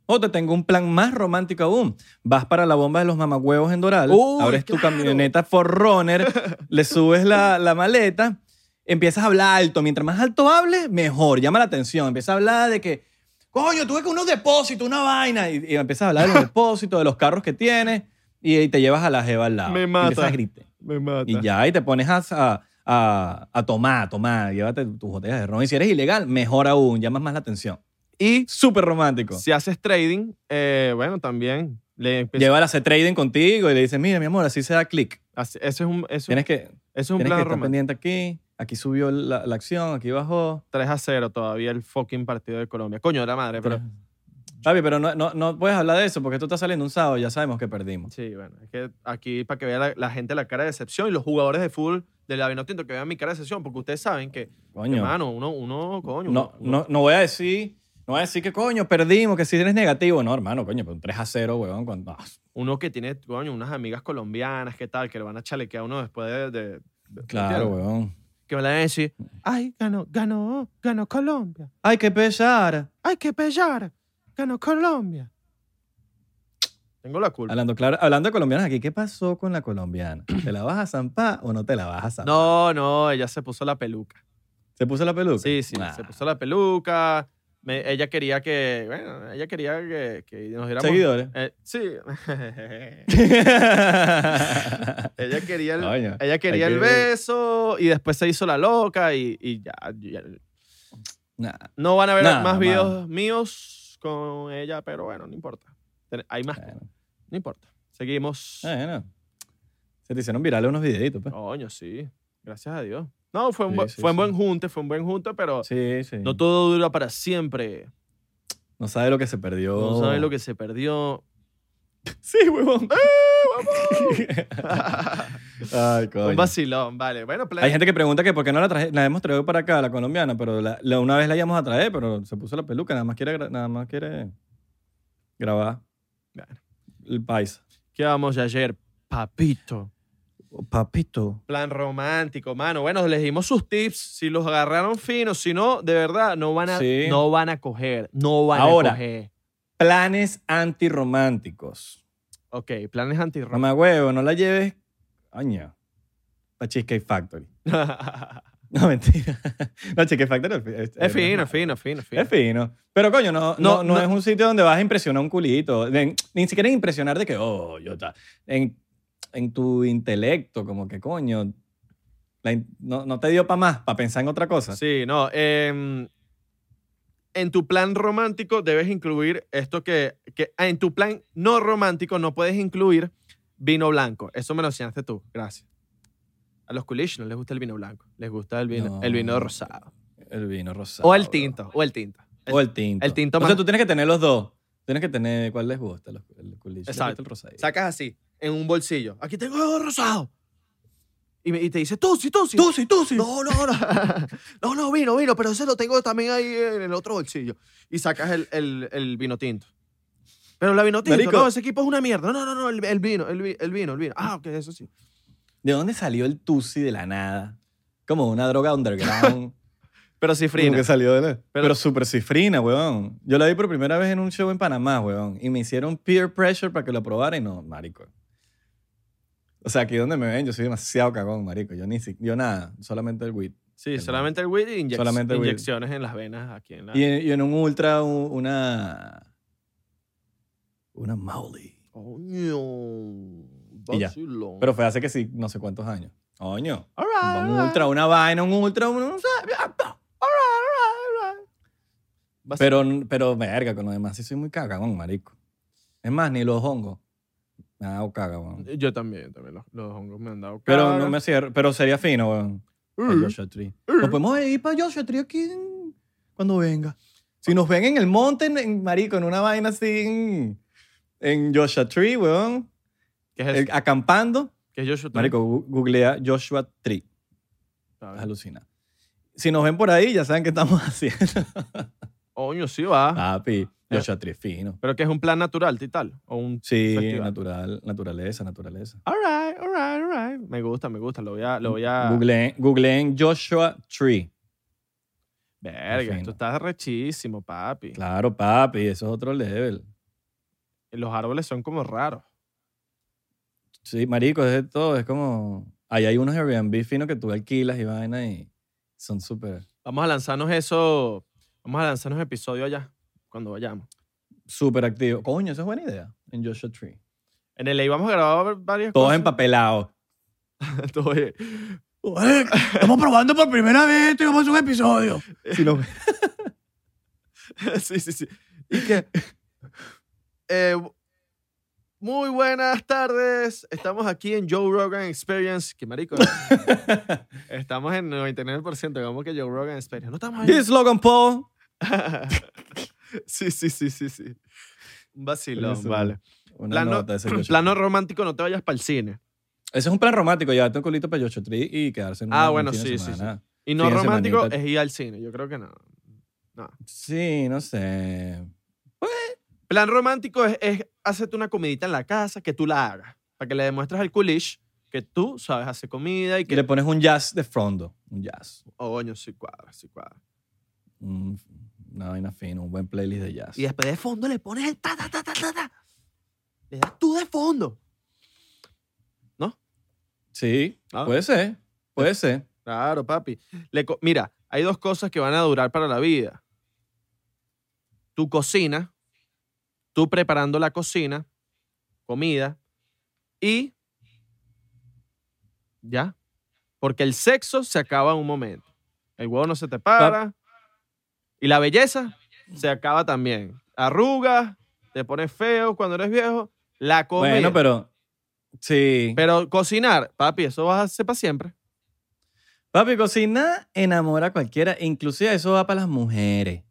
A: O "Oh, te tengo un plan más romántico aún. Vas para la bomba de los mamagüevos en Doral,
B: Uy,
A: abres tu
B: claro.
A: camioneta Forerunner, le subes la, la maleta, empiezas a hablar alto. Mientras más alto hables, mejor, llama la atención. Empiezas a hablar de que, coño, tuve que unos depósitos, una vaina. Y, y empiezas a hablar de los depósitos, de los carros que tienes, y, ahí te llevas a la jeva al lado.
B: Me
A: Y
B: mata.
A: empiezas a gritar.
B: Me mata.
A: Y ya, y te pones a, a, a- a tomar, a tomar, llévate tus botellas de ron. Y si eres ilegal, mejor aún, llamas más la atención.
B: Y
A: Súper romántico.
B: Si haces trading, eh, bueno, también. Le empieza-
A: Llevar a hacer trading contigo y le dices, mira, mi amor, así se da clic.
B: hace- ese es un, eso-
A: Tienes que,
B: ese es un
A: tienes que
B: plan
A: estar
B: romántico.
A: pendiente aquí. Aquí subió la, la acción, aquí bajó.
B: 3 a 0 todavía el fucking partido de Colombia. Coño de la madre, pero.
A: Papi, pero no, no, no puedes hablar de eso porque esto está saliendo un sábado ya sabemos que perdimos.
B: Sí, bueno, es que aquí para que vea la, la gente la cara de decepción y los jugadores de fútbol de la Vinotinto que vean mi cara de decepción, porque ustedes saben que,
A: Coño.
B: hermano, uno, uno, coño.
A: No,
B: uno-
A: no, no voy a decir... No voy a decir que coño, perdimos, que si eres negativo. No, hermano, coño, pero un 3 a 0, weón. Cuando, ah,
B: Uno que tiene, coño, unas amigas colombianas, ¿qué tal? Que le van a chalequear a uno después de. de- de-
A: claro,
B: ¿entiendes?
A: weón.
B: Que me la van a decir, ay, ganó, ganó, ganó Colombia.
A: Ay, qué pesar.
B: ¡Hay que pelear! ¡Ganó Colombia! Tengo la culpa.
A: Hablando, claro, hablando de colombianas aquí, ¿qué pasó con la colombiana? ¿Te la vas a zampar o no te la vas a zampar?
B: No, no, ella se puso la peluca.
A: ¿Se puso la peluca?
B: Sí, sí,
A: Ah.
B: se puso la peluca. Me- ella quería que, bueno, ella quería que, que nos diéramos...
A: Seguidores.
B: Eh, sí. ella quería el,
A: Coño,
B: ella quería
A: hay
B: el
A: que-
B: beso y después se hizo la loca y, y ya, ya.
A: Nah.
B: No van a ver
A: Nada,
B: más
A: mamá.
B: videos míos con ella, pero bueno, no importa. Ten- Hay más,
A: Bueno,
B: no importa. Seguimos.
A: bueno. Se te hicieron virales unos videitos, Eh, pues.
B: Coño, sí. Gracias a Dios. No, fue un,
A: Sí,
B: bu-
A: sí,
B: fue un
A: sí.
B: buen junte, fue un buen junte, pero
A: Sí, sí.
B: no
A: No,
B: todo dura para siempre.
A: sabe lo que se perdió.
B: No sabes lo que ¡Eh, se perdió.
A: Sí, huevón. Ay,
B: un
A: coño.
B: vacilón, vale. Bueno, plan-
A: Hay gente que pregunta que por qué no la, traje- la hemos traído para acá, la colombiana, pero la, la- una vez la íbamos a traer, pero se puso la peluca, nada más quiere, gra- nada más quiere grabar
B: Bueno.
A: el país.
B: ¿qué vamos a hacer, papito?
A: Papito.
B: Plan romántico, mano. Bueno, les dimos sus tips. Si los agarraron finos, si no, de verdad, no van a,
A: Sí.
B: no van a coger. No van
A: Ahora.
B: a coger.
A: Planes antirrománticos.
B: Ok, planes antirrománticos.
A: Mamá huevo, no la lleves. Coño. Pa' Cheesecake Factory. No, mentira. No, Cheesecake Factory es, es-
B: es fino, es fino, es fino, es fino.
A: Es fino. Pero coño, no, no,
B: No,
A: no
B: no.
A: es un sitio donde vas a impresionar un culito. De- ni siquiera impresionar de que, oh, yo ta- En, en tu intelecto, como que coño. la in- no, no te dio para más, para pensar en otra cosa.
B: Sí, no. em, en tu plan romántico debes incluir esto que, que- ah, en tu plan no romántico no puedes incluir vino blanco. Eso me lo enseñaste tú. Gracias. A los culish no les gusta el vino blanco. Les gusta el vino, el vino
A: No.
B: rosado.
A: El vino rosado.
B: O el tinto. O el tinto.
A: o el tinto.
B: el tinto
A: O sea,
B: más-
A: tú tienes que tener los dos. Tienes que tener cuál les gusta, los- el culicho. les gusta
B: Exacto.
A: el rosadito.
B: Sacas así, en un bolsillo. Aquí tengo el rosado. Y, me- y te dice, tú sí, tú sí.
A: Tusi, tusi.
B: No, no, no. No, no, vino, vino, pero ese lo tengo también ahí en el otro bolsillo. Y sacas el, el, el vino tinto. Pero la vino tinto,
A: Marico.
B: no, ese equipo es una mierda. No, no, no, el, el vino, el, vi- el vino, el vino. Ah, ok, eso sí.
A: ¿De dónde salió el tusi de la nada? Como una droga underground.
B: Pero
A: Como
B: cifrina.
A: que salió de la... Pero,
B: Pero-
A: super cifrina, weón. Yo la vi por primera vez en un show en Panamá, weón. Y me hicieron peer pressure para que lo probara y no, marico. O sea, aquí donde me ven, yo soy demasiado cagón, marico. Yo ni si- yo nada, solamente el weed.
B: Sí,
A: Perdón.
B: solamente el weed y inyec-
A: Solamente el weed.
B: inyecciones en las venas aquí en la...
A: Y, en- y en un ultra, un- una. Una Mauli.
B: Coño,
A: Y ya.
B: vacilón.
A: Pero fue hace que sí, no sé cuántos años. Coño.
B: All right, all
A: Un
B: right.
A: ultra, una vaina, un ultra, un. un- Pero, pero, verga, con lo demás sí soy muy cagón, marico. Es más, ni los hongos. Me ha dado caga, weón.
B: Yo también, yo también. Los, los hongos me han dado
A: Pero
B: cara.
A: no me cierro. Pero sería fino, weón. pa'
B: Mm.
A: Joshua Tree. Nos podemos ir para Joshua Tree aquí en- cuando venga. Si nos ven en el monte, en, en- marico, en una vaina así en, en Joshua Tree, weón.
B: ¿Qué es
A: eh,
B: eso?
A: acampando.
B: ¿Qué es Joshua Tree?
A: Marico, gu- googlea Joshua Tree.
B: A ver.
A: Alucina. Si nos ven por ahí, ya saben qué estamos haciendo.
B: Coño, sí va.
A: Papi, Joshua Tree es fino.
B: Pero que es un plan natural, tal O un.
A: Sí,
B: Festival.
A: natural, naturaleza, naturaleza.
B: Alright, alright, alright. Me gusta, me gusta. Lo voy a. Lo voy a...
A: Googleen, googleen Joshua Tree.
B: Verga,
A: Fino.
B: esto está rechísimo, papi.
A: Claro, papi, eso es otro level.
B: Los árboles son como raros.
A: Sí, marico, es de todo. Es como. Ahí hay unos Airbnb finos que tú alquilas y vaina y son súper.
B: Vamos a lanzarnos eso. Vamos a lanzarnos episodio allá, cuando vayamos.
A: Súper activos. Coño, esa es buena idea. En Joshua Tree.
B: En el vamos a grabar varias
A: Todos
B: cosas.
A: empapelados.
B: Todo en
A: Estamos probando por primera vez esto y vamos a hacer un episodio.
B: sí, sí, sí. Y que. eh, muy buenas tardes. Estamos aquí en Joe Rogan Experience. Que marico. Estamos en 99%, como que Joe Rogan Experience. No estamos ahí.
A: This Logan Paul.
B: sí, sí, sí, sí, sí. Un vacilón,
A: Eso,
B: vale.
A: Una
B: Plano-
A: nota de ese Joshua
B: Plano
A: Tree.
B: romántico, no te vayas para el cine.
A: Ese es un plan romántico, llevarte un culito para Joshua Tree y quedarse en una-
B: Ah,
A: un
B: bueno,
A: fin de
B: sí, sí,
A: semana.
B: Y no
A: Sí, en
B: romántico
A: semanita.
B: es ir al cine, yo creo que no.
A: Sí, no sé.
B: Plan romántico es, es hacerte una comidita en la casa que tú la hagas, para que le demuestres al culish que tú sabes hacer comida y
A: Y
B: que...
A: le pones un jazz de fondo. Un jazz.
B: Oh, coño, sí cuadra, sí cuadra.
A: Un- una vaina fina, un buen playlist de jazz.
B: Y después de fondo le pones el ta, ta, ta, ta, ta, ta. Le das tú de fondo.
A: Sí,
B: Ah.
A: puede ser, puede ser.
B: Claro, papi. Le co- Mira, hay dos cosas que van a durar para la vida. Tu cocina, tú preparando la cocina, comida, y ya. Porque el sexo se acaba en un momento. El huevo no se te para. Y la belleza se acaba también. Arrugas, te pones feo cuando eres viejo. La comida.
A: Bueno,
B: pero...
A: pero sí.
B: cocinar, papi, eso vas a hacer para siempre.
A: Papi, cocina enamora a cualquiera, inclusive eso va para las mujeres.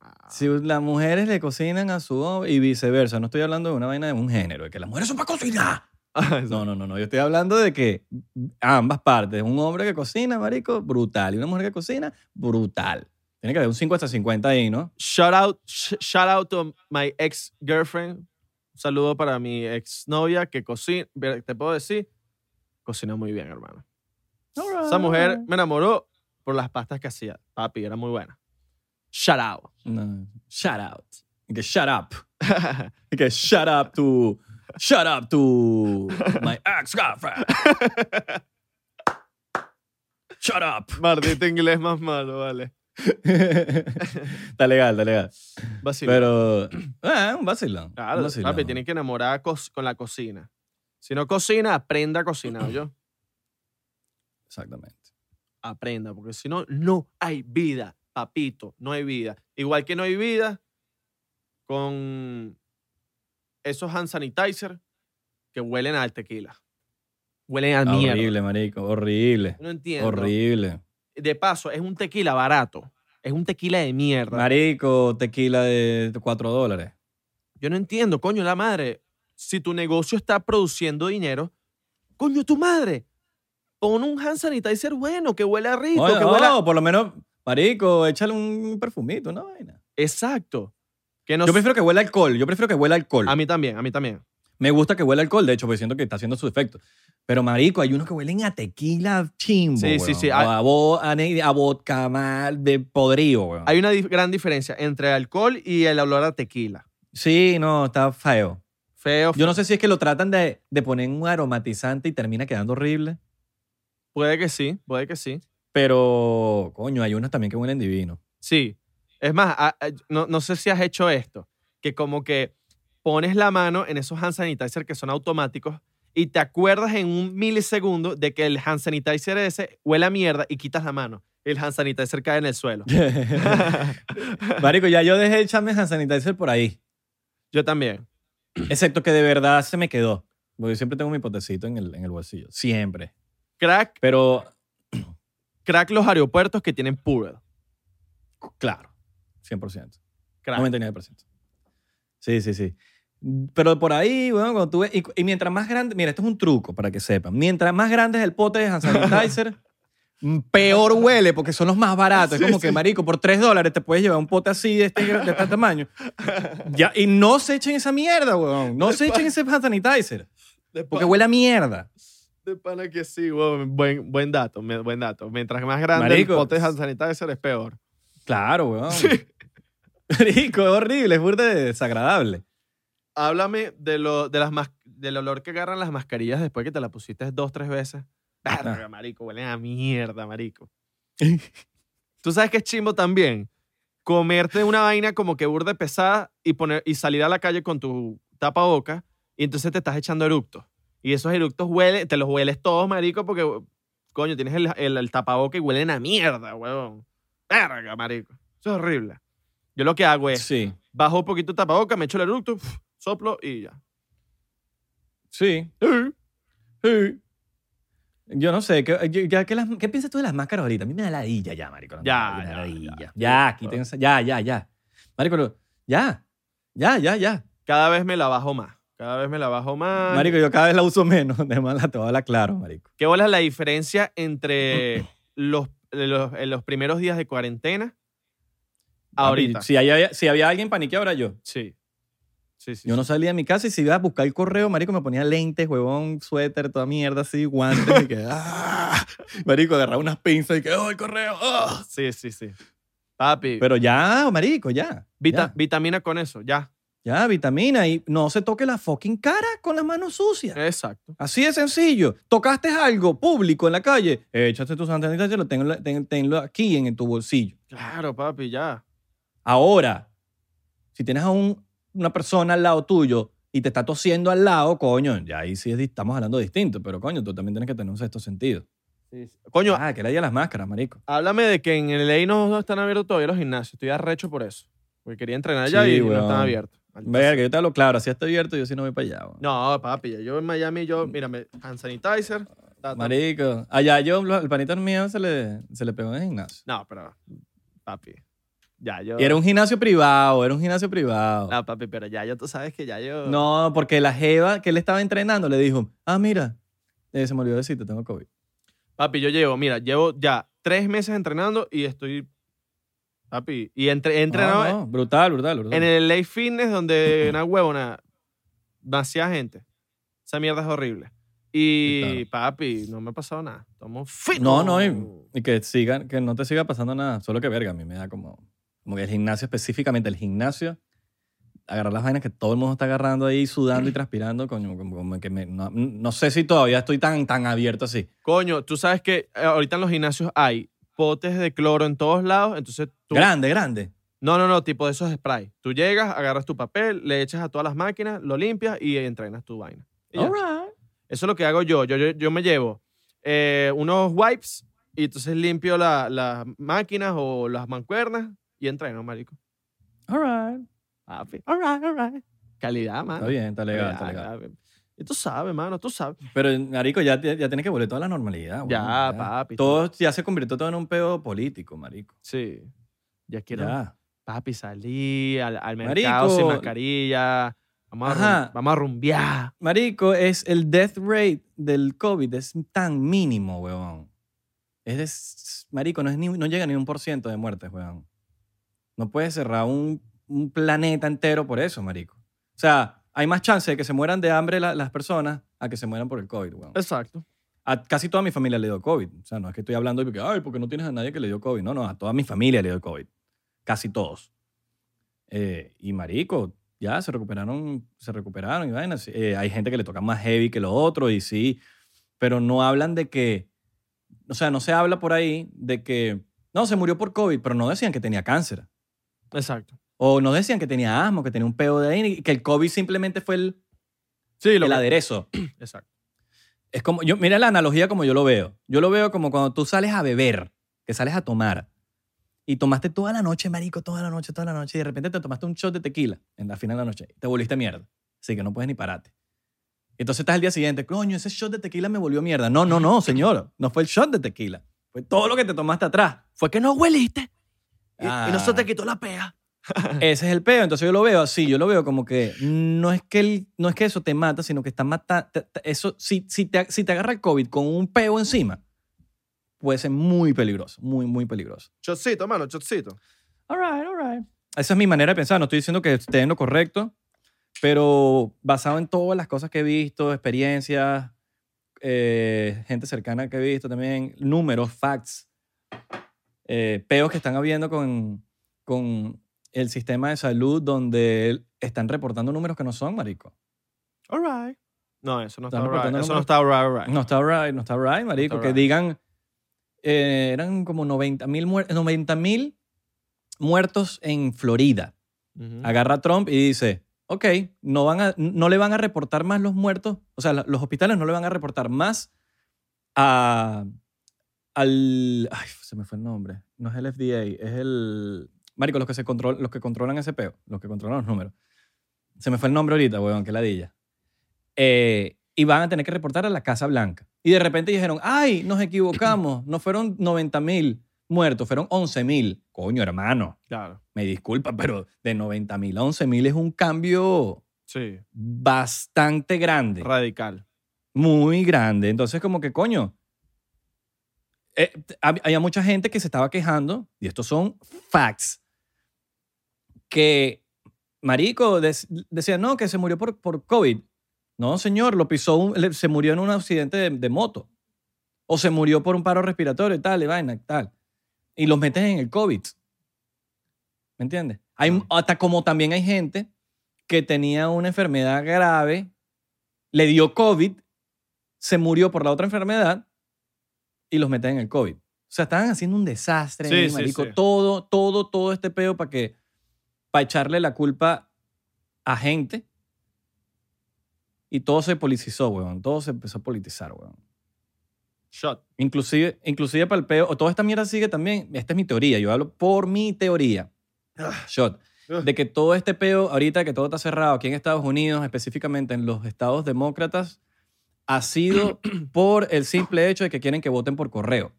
B: Ah.
A: Si las mujeres le cocinan a su hombre y viceversa, no estoy hablando de una vaina de un género, de que las mujeres son para cocinar.
B: Ah,
A: No, no, no, no, yo estoy hablando de que ambas partes, un hombre que cocina, marico, brutal, y una mujer que cocina, brutal. Tiene que haber un 50 50 ahí, ¿no?
B: shout out, sh- shout out to my ex girlfriend. Un saludo para mi ex novia que cocina. Ver, Te puedo decir, Cocina muy bien, hermano. Esa mujer
A: Ah.
B: me enamoró por las pastas que hacía. Papi, era muy buena. Shout out.
A: No. Shout out. Que shut up. Que shut up to. Shut up to. My ex-girlfriend. Shut up.
B: Maldito inglés más malo, vale.
A: está legal, está legal.
B: Vacilo.
A: Pero. Eh, un vacilón.
B: claro,
A: un vacilón.
B: papi, tiene que enamorar cos- con la cocina. Si no cocina, aprenda a cocinar, yo.
A: Exactamente.
B: Aprenda, porque si no, no hay vida, papito. No hay vida. Igual que no hay vida con esos hand sanitizer que huelen al tequila. Huelen al mierda.
A: Horrible, marico. Horrible.
B: No entiendo.
A: Horrible.
B: De paso, es un tequila barato. Es un tequila de mierda.
A: Marico, tequila de 4 dólares.
B: Yo no entiendo, coño, la madre. Si tu negocio está produciendo dinero, coño, tu madre. Pon un hand sanitizer bueno, que huela rico,
A: Oye, oh.
B: que
A: no,
B: huela.
A: por lo menos, marico, échale un perfumito, una vaina.
B: Exacto. Que no
A: Yo prefiero que huela a alcohol. Yo prefiero que huela a alcohol.
B: A mí también, a mí también.
A: Me gusta que huela a alcohol, de hecho, porque siento que está haciendo su efecto. Pero, marico, hay unos que huelen a tequila chimbo.
B: Sí, sí,
A: weón.
B: sí.
A: O A, vo- a, ne- a vodka mal de podrido, weón.
B: Hay una dif- gran diferencia entre alcohol y el olor a tequila.
A: Sí, no, está feo.
B: Feo,
A: Yo no sé si es que lo tratan de, de poner un aromatizante y termina quedando horrible.
B: puede que sí, puede que sí.
A: Pero, coño, hay unos también que huelen divino.
B: Sí. Es más, a- a- no, no sé si has hecho esto, que como que pones la mano en esos hand sanitizer que son automáticos y te acuerdas en un milisegundo de que el hand sanitizer ese huele a mierda y quitas la mano. El hand sanitizer cae en el suelo.
A: marico, ya yo dejé echarme hand sanitizer por ahí.
B: Yo también.
A: Excepto que de verdad se me quedó. Porque yo siempre tengo mi potecito en el, en el bolsillo. Siempre.
B: Crack,
A: Pero,
B: crack los aeropuertos que tienen Purell.
A: claro, 100%.
B: Crack.
A: 99%. Sí, sí, sí. Pero por ahí, bueno, cuando tú ves- y, y mientras más grande, mira, esto es un truco para que sepan. Mientras más grande es el pote de hand sanitizer, mm, peor huele porque son los más baratos.
B: Sí,
A: es como
B: sí.
A: que, marico, por 3 dólares te puedes llevar un pote así de este, de este tamaño. Ya, y no se echen esa mierda, weón. No se echen ese hand sanitizer.
B: De,
A: Porque huele a mierda.
B: de pana que sí, weón. buen, buen dato, me- buen dato. Mientras más grande
A: Marico.
B: el pote de hand sanitizer es peor.
A: Claro, weón. Marico, es horrible, es burda de desagradable.
B: Háblame de lo, de las mas- del olor que agarran las mascarillas después que te la pusiste dos, tres veces. Verga, marico, huelen a mierda, marico. Tú sabes que es chimbo también. Comerte una vaina como que burda pesada y, poner, y salir a la calle con tu tapaboca y entonces te estás echando eructos. Y esos eructos huele, te los hueles todos, marico, porque, coño, tienes el, el, el tapaboca y huelen a mierda, huevón. Verga, marico. Eso es horrible. Yo lo que hago es
A: Sí.
B: bajo un poquito el tapaboca, me echo el eructo, uf, soplo y ya.
A: Sí. Sí. Yo no sé, ¿qué, yo- ya, ¿qué, las- qué piensas tú de las máscaras ahorita? A mí me da ladilla ya, marico. las
B: Ya,
A: máscaras, me da
B: ya,
A: ladilla.
B: ya.
A: Ya, quítense- ya, ya, ya. Marico, lo- ya, ya, ya, ya.
B: Cada vez me la bajo más. Cada vez me la bajo más.
A: Marico, yo cada vez la uso menos. De más la te voy a hablar claro, marico.
B: ¿Qué bola es la diferencia entre los, los, en los primeros días de cuarentena a ahorita?
A: Papi, Si, había, si había alguien paniqueado, era yo.
B: Sí. Sí, sí.
A: Yo
B: sí.
A: no salía de mi casa y si iba a buscar el correo, marico, me ponía lentes, huevón, suéter, toda mierda así, guantes. y que, ¡ah! Marico, agarraba unas pinzas y que, ¡oh, el correo! ¡ah!
B: Sí, sí, sí. Papi,
A: Pero ya, marico, ya.
B: vita-
A: ya.
B: vitamina con eso, ya.
A: Ya, vitamina. Y no se toque la fucking cara con las manos sucias.
B: Exacto.
A: Así de sencillo. Tocaste algo público en la calle, échate tu sanitizer, lo tenlo, ten- tenlo aquí en, en tu bolsillo.
B: Claro, papi, ya.
A: Ahora, si tienes a un- una persona al lado tuyo y te está tosiendo al lado, coño, ya ahí sí es di- estamos hablando distinto, pero coño, tú también tienes que tener un sexto sentido.
B: Coño,
A: Ah, que le haya las máscaras, marico.
B: háblame de que en el ley no están abiertos todavía los gimnasios. Estoy arrecho por eso. Porque quería entrenar allá
A: Sí,
B: y no
A: weón.
B: están abiertos. Maldita
A: Verga, yo te hablo claro, así está abierto, yo sí no voy para allá. weón.
B: No, papi, ya yo en Miami, yo, mírame, hand sanitizer. ta, ta.
A: Marico, allá yo, el panito mío se le, se le pegó en el gimnasio.
B: No, pero, papi, ya yo.
A: Y era un gimnasio privado, era un gimnasio privado.
B: No, papi, pero ya yo, tú sabes que ya yo.
A: No, porque la jeva que él estaba entrenando le dijo, ah, mira, eh, se me olvidó decirte, tengo COVID.
B: Papi, yo llevo, mira, llevo ya tres meses entrenando y estoy. Papi, y entre, he entrenado
A: No, no, brutal, brutal, brutal.
B: en el LA Fitness, donde una huevona, demasiada gente. Esa mierda es horrible. Y
A: Sí,
B: papi, no me ha pasado nada. Estamos fit.
A: No, no, y, y que sigan, que no te siga pasando nada. Solo que verga, a mí me da como, como que el gimnasio específicamente, el gimnasio, agarrar las vainas que todo el mundo está agarrando ahí, sudando y transpirando, coño, como, como que me- no, no sé si todavía estoy tan, tan abierto así.
B: Coño, tú sabes que eh, ahorita en los gimnasios hay potes de cloro en todos lados, entonces tú...
A: Grande, grande.
B: No, no, no, tipo de esos sprays. Tú llegas, agarras tu papel, le echas a todas las máquinas, lo limpias y entrenas tu vaina. Y ya.
A: All right.
B: Eso es lo que hago yo. Yo, yo, yo me llevo eh, unos wipes y entonces limpio la- las máquinas o las mancuernas y entreno, marico.
A: All right.
B: Papi,
A: All right, all right.
B: Calidad, mano.
A: Está bien, está legal, está
B: Calidad,
A: legal.
B: papi. Y tú sabes, mano, tú sabes.
A: Pero, Marico, ya, te- ya tienes que volver toda la normalidad. weón,
B: Ya, papi,
A: Todo ya se convirtió todo en un pedo político, Marico.
B: Sí. Ya quiero,
A: Ya.
B: papi, salir al, al mercado sin
A: Marico.
B: mascarilla. Vamos a, rum-
A: Ajá.
B: vamos a rumbear.
A: Marico, es el death rate del COVID es tan mínimo, weón. Es de- marico, no, es ni- no llega ni un por ciento de muertes, weón. No puedes cerrar un, un planeta entero por eso, marico. O sea, hay más chance de que se mueran de hambre la- las personas a que se mueran por el COVID, weón.
B: Exacto.
A: A casi toda mi familia le dio COVID. O sea, no es que estoy hablando de que, ay, porque no tienes a nadie que le dio COVID. No, no, a toda mi familia le dio COVID. Casi todos. Eh, y marico, ya se recuperaron, se recuperaron y vainas. Eh, hay gente que le toca más heavy que lo otro y sí, pero no hablan de que, o sea, no se habla por ahí de que, no, se murió por COVID, pero no decían que tenía cáncer.
B: Exacto.
A: O no decían que tenía asma, que tenía un pedo de ahí, y que el COVID simplemente fue el,
B: Sí, lo
A: el
B: que-
A: aderezo.
B: Exacto.
A: Es como, yo, mira la analogía como yo lo veo. Yo lo veo como cuando tú sales a beber, que sales a tomar, y tomaste toda la noche, marico, toda la noche, toda la noche, y de repente te tomaste un shot de tequila en la final de la noche, y te volviste mierda. Así que no puedes ni pararte. Entonces estás el día siguiente, coño, ese shot de tequila me volvió mierda. No, no, no, señor, no fue el shot de tequila. Fue todo lo que te tomaste atrás.
B: Fue que no hueliste.
A: y- y no se te
B: quitó la pea.
A: Ese es el peo. Entonces yo lo veo así, yo lo veo como que no es que, el- no es que eso te mata, sino que está matando. Eso, si, si, te, si te agarra el COVID con un peo encima, puede ser muy peligroso, muy, muy peligroso.
B: Chocito, mano, chocito.
A: All right, all right. Esa es mi manera de pensar. No estoy diciendo que esté en lo correcto, pero basado en todas las cosas que he visto, experiencias, eh, gente cercana que he visto también, números, facts, eh, peos que están habiendo con, con el sistema de salud donde están reportando números que no son, marico.
B: All right. No, eso no está
A: Están
B: all right.
A: reportando
B: Eso
A: números.
B: no está all right, all right.
A: No está right, no está right, marico.
B: está
A: que
B: right.
A: digan, eh, eran como 90 mil muertos en Florida.
B: Ujú.
A: agarra a Trump y dice, ok, no, van a, no le van a reportar más los muertos, o sea, la- los hospitales no le van a reportar más a, al... Ay, se me fue el nombre. No es el FDA, es el... Marico, los que, se control, los que controlan ese peo, los que controlan los números. Se me fue el nombre ahorita, weón, que ladilla. Eh, y van a tener que reportar a la Casa Blanca. Y de repente dijeron, ay, nos equivocamos, no fueron 90 mil muertos, fueron 11 mil. Coño, hermano
B: Claro.
A: me disculpa, pero de 90 mil a 11 mil es un cambio
B: Sí.
A: bastante grande,
B: Radical.
A: muy grande. Entonces, como que coño, eh, t- hab- había mucha gente que se estaba quejando, y estos son facts, que Marico des- decía, no, que se murió por, por COVID. No, señor, lo pisó, un- le- se murió en un accidente de, de moto. O se murió por un paro respiratorio y tal, y vaina, y tal. Y los metes en el COVID. ¿Me entiendes? Hay,
B: Claro.
A: hasta como también hay gente que tenía una enfermedad grave, le dio COVID, se murió por la otra enfermedad y los meten en el COVID. O sea, estaban haciendo un desastre,
B: Sí,
A: ahí,
B: sí,
A: marico.
B: sí.
A: Todo, todo, todo este peo para que, para echarle la culpa a gente. Y todo se politizó, weón. Todo se empezó a politizar, weón.
B: Shot.
A: Inclusive, inclusive para el peo, o toda esta mierda sigue también, esta es mi teoría, yo hablo por mi teoría,
B: Ah.
A: shot,
B: Ugh.
A: de que todo este peo, ahorita que todo está cerrado aquí en Estados Unidos, específicamente en los estados demócratas, ha sido por el simple hecho de que quieren que voten por correo.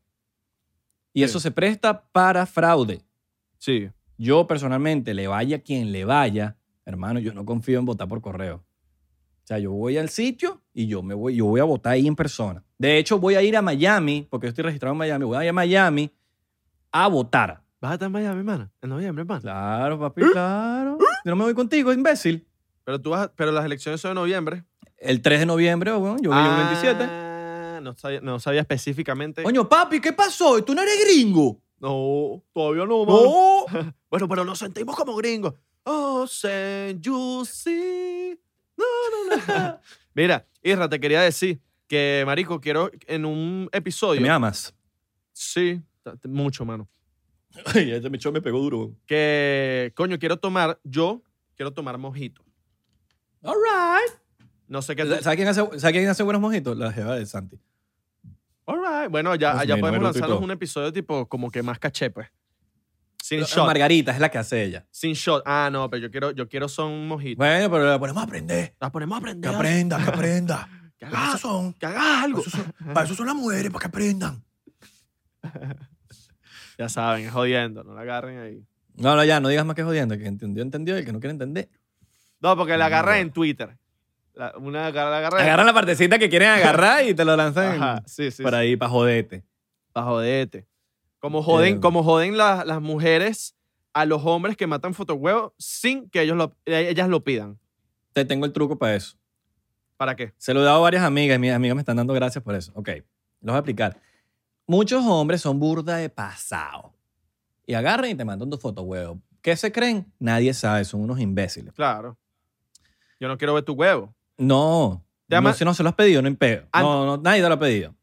A: Y
B: Sí.
A: eso se presta para fraude.
B: Sí.
A: Yo personalmente, le vaya quien le vaya, hermano, yo no confío en votar por correo. O sea, yo voy al sitio y yo me voy, yo voy a votar ahí en persona. De hecho, voy a ir a Miami, porque yo estoy registrado en Miami, voy a ir a Miami a votar.
B: Vas a estar en Miami, hermano. En noviembre, hermano.
A: ¿Eh? Claro, papi, claro. Yo no me voy contigo, imbécil.
B: Pero tú vas, a- pero las elecciones son en noviembre.
A: El 3 de noviembre, oh, bueno, yo vine el 27.
B: Ah, No sabía, no sabía específicamente.
A: Coño, papi, ¿qué pasó? ¿Tú no eres gringo?
B: No, todavía no, mano.
A: No.
B: Bueno, pero nos sentimos como gringos. Oh, say you see. No, no, no. Mira, Isra, te quería decir que, marico, quiero en un episodio.
A: ¿Me amas?
B: Sí, t- t- mucho, mano.
A: Ay, este mechón me pegó duro.
B: Que, coño, quiero tomar, yo quiero tomar mojito.
A: All right.
B: No sé qué. tú-
A: ¿Sabes quién hace, sabe quién hace buenos mojitos? La jeva de Santi.
B: All right. Bueno, ya,
A: Dios
B: ya
A: mío,
B: podemos
A: número tú y
B: lanzarnos
A: todo.
B: un episodio tipo como que más caché, pues. Sin
A: Eh,
B: shot.
A: Margarita es la que hace ella.
B: Sin shot. Ah, no, pero yo quiero, yo quiero son mojitos.
A: Bueno, pero la ponemos a aprender.
B: Las ponemos a aprender.
A: que aprenda.
B: Que hagas,
A: son.
B: que hagas algo.
A: Para eso son las mujeres, para que aprendan.
B: Ya saben, es jodiendo, no la agarren ahí.
A: No, no, ya, no digas más que jodiendo. El que entendió, entendió. y El que no quiere entender.
B: No, porque la agarran
A: Mierda.
B: en Twitter. La- una agarra- la agarran.
A: Agarran la partecita que quieren agarrar y te lo lanzan
B: Ajá, sí, sí.
A: para ahí, para joderte.
B: Para joderte. Como joden,
A: Eh.
B: como joden la- las mujeres a los hombres que matan fotohuevos sin que ellos lo- eh, ellas lo pidan.
A: Te tengo el truco para eso.
B: ¿Para qué?
A: Se lo he dado a varias amigas y mis amigas me están dando gracias por eso. Ok, los voy a aplicar. Muchos hombres son burda de pasado. Y agarran y te mandan tu foto, huevo. ¿Qué se creen? Nadie sabe, son unos imbéciles.
B: Claro. Yo no quiero ver tu huevo.
A: No.
B: Te ama-
A: no, si no se lo has pedido, no impego.
B: Ah,
A: No, no, nadie te lo ha pedido.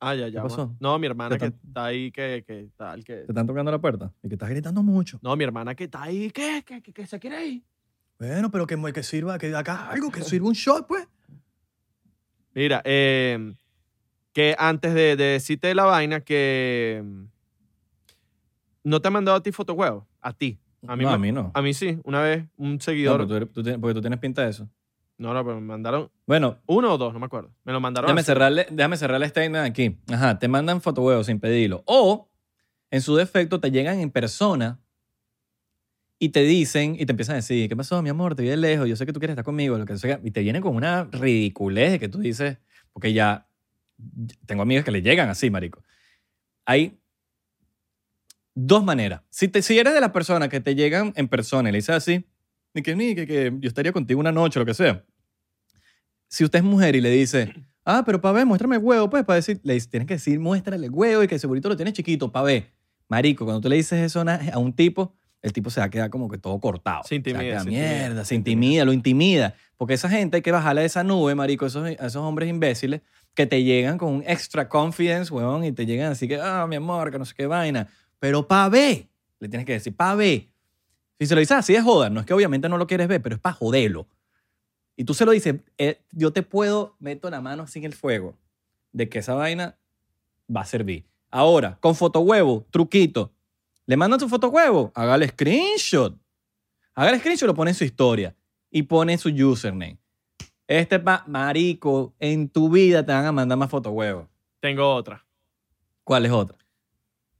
B: Ah, ya, ya.
A: pasó?
B: bueno. No, mi hermana
A: ¿Qué
B: que
A: tan-
B: está ahí, que, que tal, que.
A: Te están tocando la puerta y que estás gritando mucho.
B: No, mi hermana que está ahí, que, que, que, que se quiere ir.
A: Bueno, pero que, que sirva, que acá algo, que sirva un shot, pues.
B: Mira, eh, que antes de, de decirte la vaina, que mm, no te han mandado a ti fotohuevos. A ti. A
A: A mí
B: mí,
A: no.
B: me-
A: A mí no.
B: a mí sí. Una vez un
A: No,
B: seguidor.
A: pero tú eres- tú tienes- porque tú tienes pinta de eso.
B: No, no, pero me mandaron
A: Bueno,
B: uno o dos, no me acuerdo. Me lo mandaron.
A: Déjame
B: así.
A: cerrarle, déjame cerrarle esta vaina aquí. Ajá, te mandan fotohuevos sin pedirlo. O, en su defecto, te llegan en persona y te dicen, y te empiezan a decir, ¿qué pasó, mi amor? Te vi de lejos, yo sé que tú quieres estar conmigo, lo que sea. Y te vienen con una ridiculez de que tú dices, porque ya tengo amigas que le llegan así, marico. Hay dos maneras. Si, te, si eres de las personas que te llegan en persona y le dices así, ni que, ni que, que yo estaría contigo una noche, lo que sea. Si usted es mujer y le dice, Ah, pero pa' ver, muéstrame el huevo, pues, para decir, le dices- tienes que decir, muéstrale el huevo y que segurito lo tienes chiquito, pa' ver. Marico, cuando tú le dices eso a una- a un tipo, el tipo se va a quedar como que todo cortado.
B: Se intimida,
A: va a quedar,
B: se intimida,
A: mierda, se intimida, lo intimida. Porque esa gente hay que bajarle de esa nube, marico, esos, a esos hombres imbéciles que te llegan con un extra confidence, huevón, y te llegan así que, ah, mi amor, que no sé qué vaina. Pero pa' ver, le tienes que decir, pa' ver. Si se lo dices así es joda, no es que obviamente no lo quieres ver, pero es para joderlo. Y tú se lo dices, eh, yo te puedo, meto la mano sin el fuego, de que esa vaina va a servir. Ahora, con fotohuevo, truquito. Le mandan su fotohuevo, haga el screenshot. Haga el screenshot, lo pone en su historia y pone su username. Este pa, marico, en tu vida te van a mandar más fotohuevos.
B: Tengo otra.
A: ¿Cuál es otra?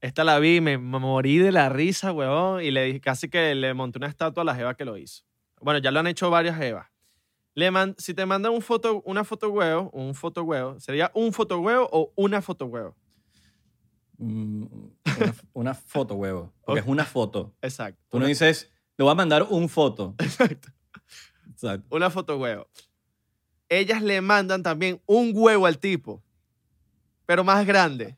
B: Esta la vi, me morí de la risa, huevón, y le dije, casi que le monté una estatua a la jeva que lo hizo. Bueno, ya lo han hecho varias jevas. Le man- si te mandan un foto, una foto huevo, un foto huevo, sería un foto huevo o una foto huevo.
A: Mm, Una, una foto huevo, porque es una foto.
B: Exacto.
A: Tú
B: Una-
A: no dices, le voy a mandar un foto.
B: Exacto.
A: Exacto.
B: Una foto huevo. Ellas le mandan también un huevo al tipo, pero más grande.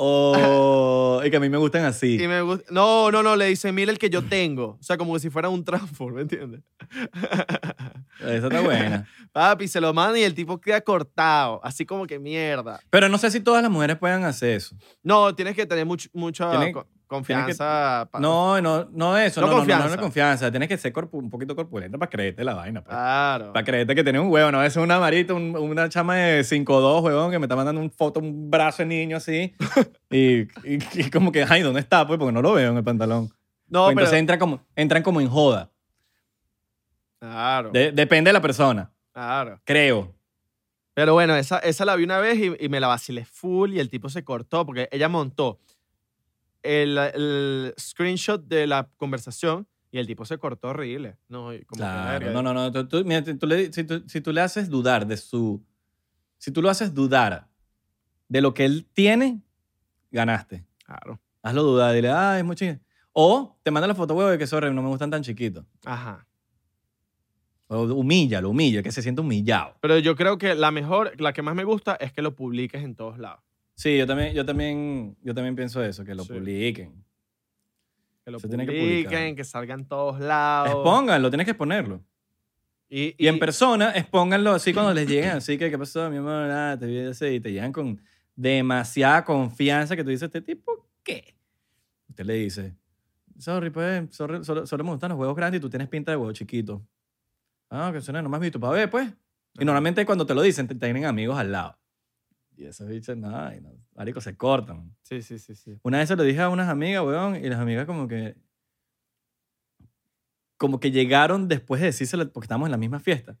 A: O, y que a mí me gustan así.
B: Y me gusta. No, no, no, le dicen, mira el que yo tengo. O sea, como que si fuera un transform, ¿me entiendes?
A: Esa está buena.
B: Papi, se lo mandan y el tipo queda cortado. Así como que mierda.
A: Pero no sé si todas las mujeres puedan hacer eso.
B: No, tienes que tener much- mucha
A: Tienes-
B: co- confianza. pa-
A: No, no, no eso.
B: No
A: No, no, no, no, no,
B: confianza.
A: confianza. Tienes que ser corpu- un poquito corpulenta para creerte la vaina. pues.
B: Claro.
A: Para creerte que tienes un huevo. No, eso es una marita, un- una chama de 5'2, huevón, que me está mandando un foto, un brazo de niño así. y, y- y como que, ay, ¿dónde está? Pues porque no lo veo en el pantalón.
B: No,
A: Pues
B: pero.
A: entonces entra como, entran como en joda.
B: Claro.
A: De- depende de la persona,
B: Claro.
A: creo.
B: Pero bueno, esa, esa la vi una vez y, y me la vacilé full y el tipo se cortó porque ella montó el, el screenshot de la conversación y el tipo se cortó horrible. No, y como que verga.
A: Claro. No, no, no. Tú, tú- mira, tú le- si, tú, si tú le haces dudar de su. Si tú lo haces dudar de lo que él tiene, ganaste.
B: Claro.
A: Hazlo dudar, dile, ah, es muy chiquito. O te manda la foto, huevo, de que sorry, no me gustan tan chiquitos.
B: Ajá.
A: O humíllalo, humilla, que se sienta humillado.
B: Pero yo creo que la mejor, la que más me gusta es que lo publiques en todos lados.
A: Sí, yo también, yo también, yo también pienso eso, que lo
B: Sí.
A: publiquen.
B: Que lo
A: Se tiene que publicar.
B: publiquen, que, salga en todos
A: Ah,
B: lados.
A: Expónganlo, tienes que exponerlo.
B: Y,
A: Y, en persona, expónganlo así cuando les llegan. Así que, ¿qué pasó, mi amor? Ah, te vi así. Y te llegan con demasiada confianza que tú dices, ¿este tipo qué? Usted le dice, sorry, pues, sorry, solo, solo me gustan los huevos grandes y tú tienes pinta de huevo chiquito. Ah, que suena, nomás visto para ver, pues. Y normalmente cuando te lo dicen, te tienen amigos al lado. Y esos bichos, no, ay, no, marico, se cortan.
B: Sí, sí, sí, sí.
A: Una vez se lo dije a unas amigas, weón, y las amigas como que... Como que llegaron después de decírselo porque estábamos en la misma fiesta.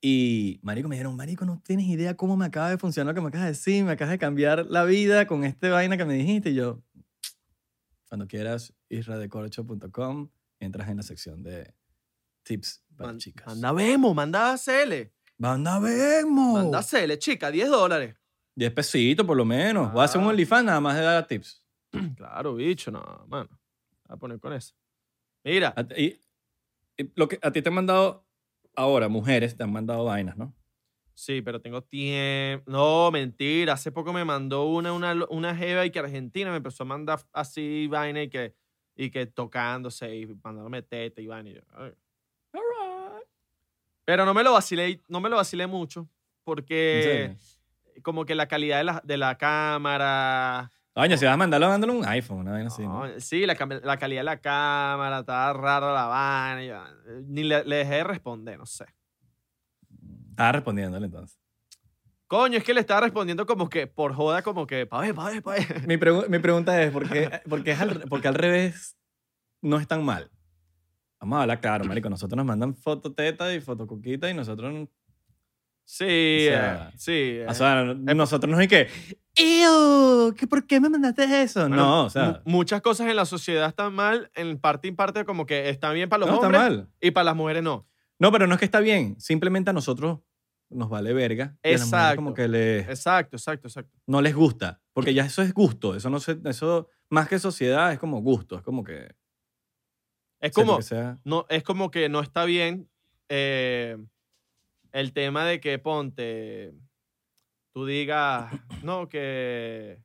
A: Y, marico, me dijeron, marico, no tienes idea cómo me acaba de funcionar lo que me acabas de decir. Me acabas de cambiar la vida con este vaina que me dijiste. Y yo, cuando quieras, isradecorcho.com, entras en la sección de tips para
B: Man-
A: chicas.
B: Manda Vemo, manda CL.
A: ¡Manda Venmo!
B: Manda CL, chica, 10 dólares.
A: 10 pesitos, por lo menos. Voy a hacer un
B: Ah.
A: OnlyFans nada más de dar tips.
B: Claro, bicho, no, mano. Voy a poner con eso. Mira,
A: A, ti- y- y lo que a ti te han mandado ahora, mujeres, te han mandado vainas, ¿no?
B: sí, pero tengo tiempo. No, mentira. Hace poco me mandó una, una, lo- una jeva y que Argentina me empezó a mandar así vaina y que, y que tocándose y mandándome teta y vaina. Y yo, ay. Pero no me lo vacilé, no me lo vacilé mucho
A: ¿En
B: porque
A: serio?
B: como que la calidad de la, de la cámara...
A: Coño, si vas a mandarlo, mándalo un iPhone, una vaina así, Ah, ¿no?
B: No, sí, la, cam- la calidad de la cámara, estaba rara la vaina. y yo, eh, ni le, le dejé de responder, no sé.
A: Estaba respondiéndole entonces.
B: Coño, es que le estaba respondiendo como que por joda, como que, pa' ver, pa' ver, pa' ver.
A: Mi, pregu- mi pregunta es, ¿por qué, por qué es al, re- por qué al revés no es tan mal? Vamos a hablar claro, marico. Nosotros nos mandan fototeta y fotocuquita y nosotros...
B: Sí,
A: O sea,
B: eh, sí. eh.
A: O sea, nosotros no es que... "Ew, ¿qué- ¿Por qué me mandaste eso?
B: Bueno,
A: no, o sea...
B: mu- muchas cosas en la sociedad están mal, en parte y parte como que están bien para los
A: No, está
B: hombres
A: mal.
B: y para las mujeres no.
A: No, pero no es que está bien. Simplemente a nosotros nos vale verga. y a las mujeres
B: Exacto.
A: como que le,
B: Exacto, exacto, exacto.
A: no les gusta. Porque ya eso es gusto. Eso no se, eso más que sociedad es como gusto. Es como que.
B: Es
A: sea lo
B: como,
A: que sea.
B: no, es como que no está bien eh, el tema de que ponte, tú digas, no, que,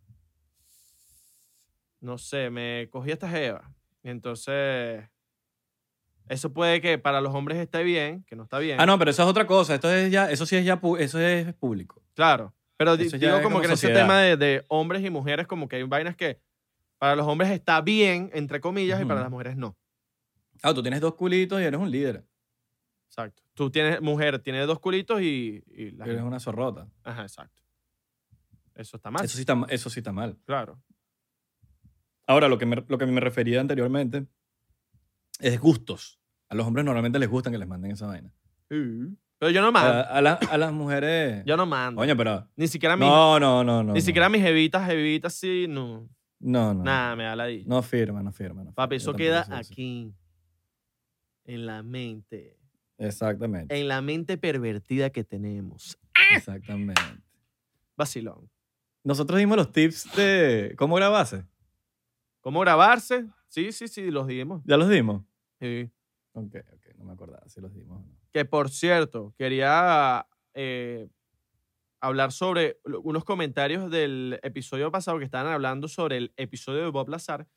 B: no sé, me cogí esta jeva. Entonces, eso puede que para los hombres esté bien, que no está bien.
A: Ah, no, pero eso es otra cosa. Esto es ya, eso sí es ya, pu- eso es público.
B: Claro. Pero di-
A: Eso ya
B: digo
A: es
B: como,
A: como
B: que en ese
A: sociedad.
B: tema de, de hombres y mujeres, como que hay vainas que para los hombres está bien, entre comillas, y para
A: Ujú.
B: las mujeres no.
A: Ah, tú tienes dos culitos y eres un líder.
B: Exacto. Tú tienes, mujer, tiene dos culitos y, y la
A: Eres una zorrota.
B: Ajá, exacto. Eso está mal.
A: Eso sí está, ma- eso sí está mal.
B: Claro.
A: Ahora, lo que, me, lo que me refería anteriormente es gustos. A los hombres normalmente les gustan que les manden esa vaina.
B: Pero yo no
A: A,
B: mando.
A: a la- a las mujeres.
B: Yo no mando.
A: Ah, Coño, pero.
B: Ni siquiera mis,
A: No, no, no, no.
B: ni
A: no.
B: siquiera mis evitas, evitas, sí, no.
A: No, no.
B: Nada, me da la di.
A: No firma, no firma. No
B: Papi,
A: firma.
B: eso
A: Yo
B: queda
A: tampoco soy así.
B: aquí. En la mente.
A: Exactamente.
B: En la mente pervertida que tenemos.
A: Exactamente.
B: Vacilón.
A: Nosotros dimos los tips de cómo grabarse.
B: ¿Cómo grabarse? Sí, sí, sí, los dimos.
A: ¿Ya los dimos?
B: Sí.
A: Ok, ok. No me acordaba si los dimos o no.
B: Que por cierto, quería eh, hablar sobre lo- unos comentarios del episodio pasado que estaban hablando sobre el episodio de Bob Lazar,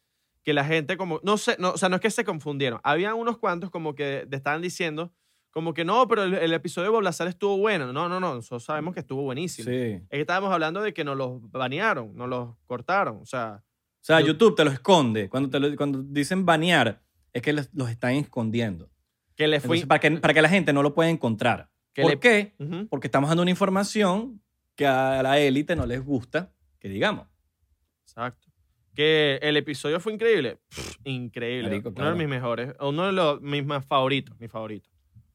B: que la gente como, no sé, no, o sea, no es que se confundieron. Habían unos cuantos como que te estaban diciendo como que no, pero el, el episodio de Bob Lazar estuvo bueno. No, no, no, nosotros sabemos que estuvo buenísimo.
A: Sí.
B: Es que estábamos hablando de que nos los banearon, nos los cortaron, o sea,
A: O sea,
B: Yo-
A: YouTube te los esconde. Cuando, te lo- cuando dicen banear, es que los, los están escondiendo.
B: que le fui...
A: Entonces, para, que, para que la gente no lo pueda encontrar.
B: que
A: ¿Por
B: le-
A: qué?
B: Ujú.
A: Porque estamos dando una información que a la élite no les gusta, que digamos.
B: Exacto. Que el episodio fue increíble. Pff, increíble.
A: Marico,
B: uno
A: claro.
B: de mis mejores. Uno de los mis más favoritos. Mi favorito.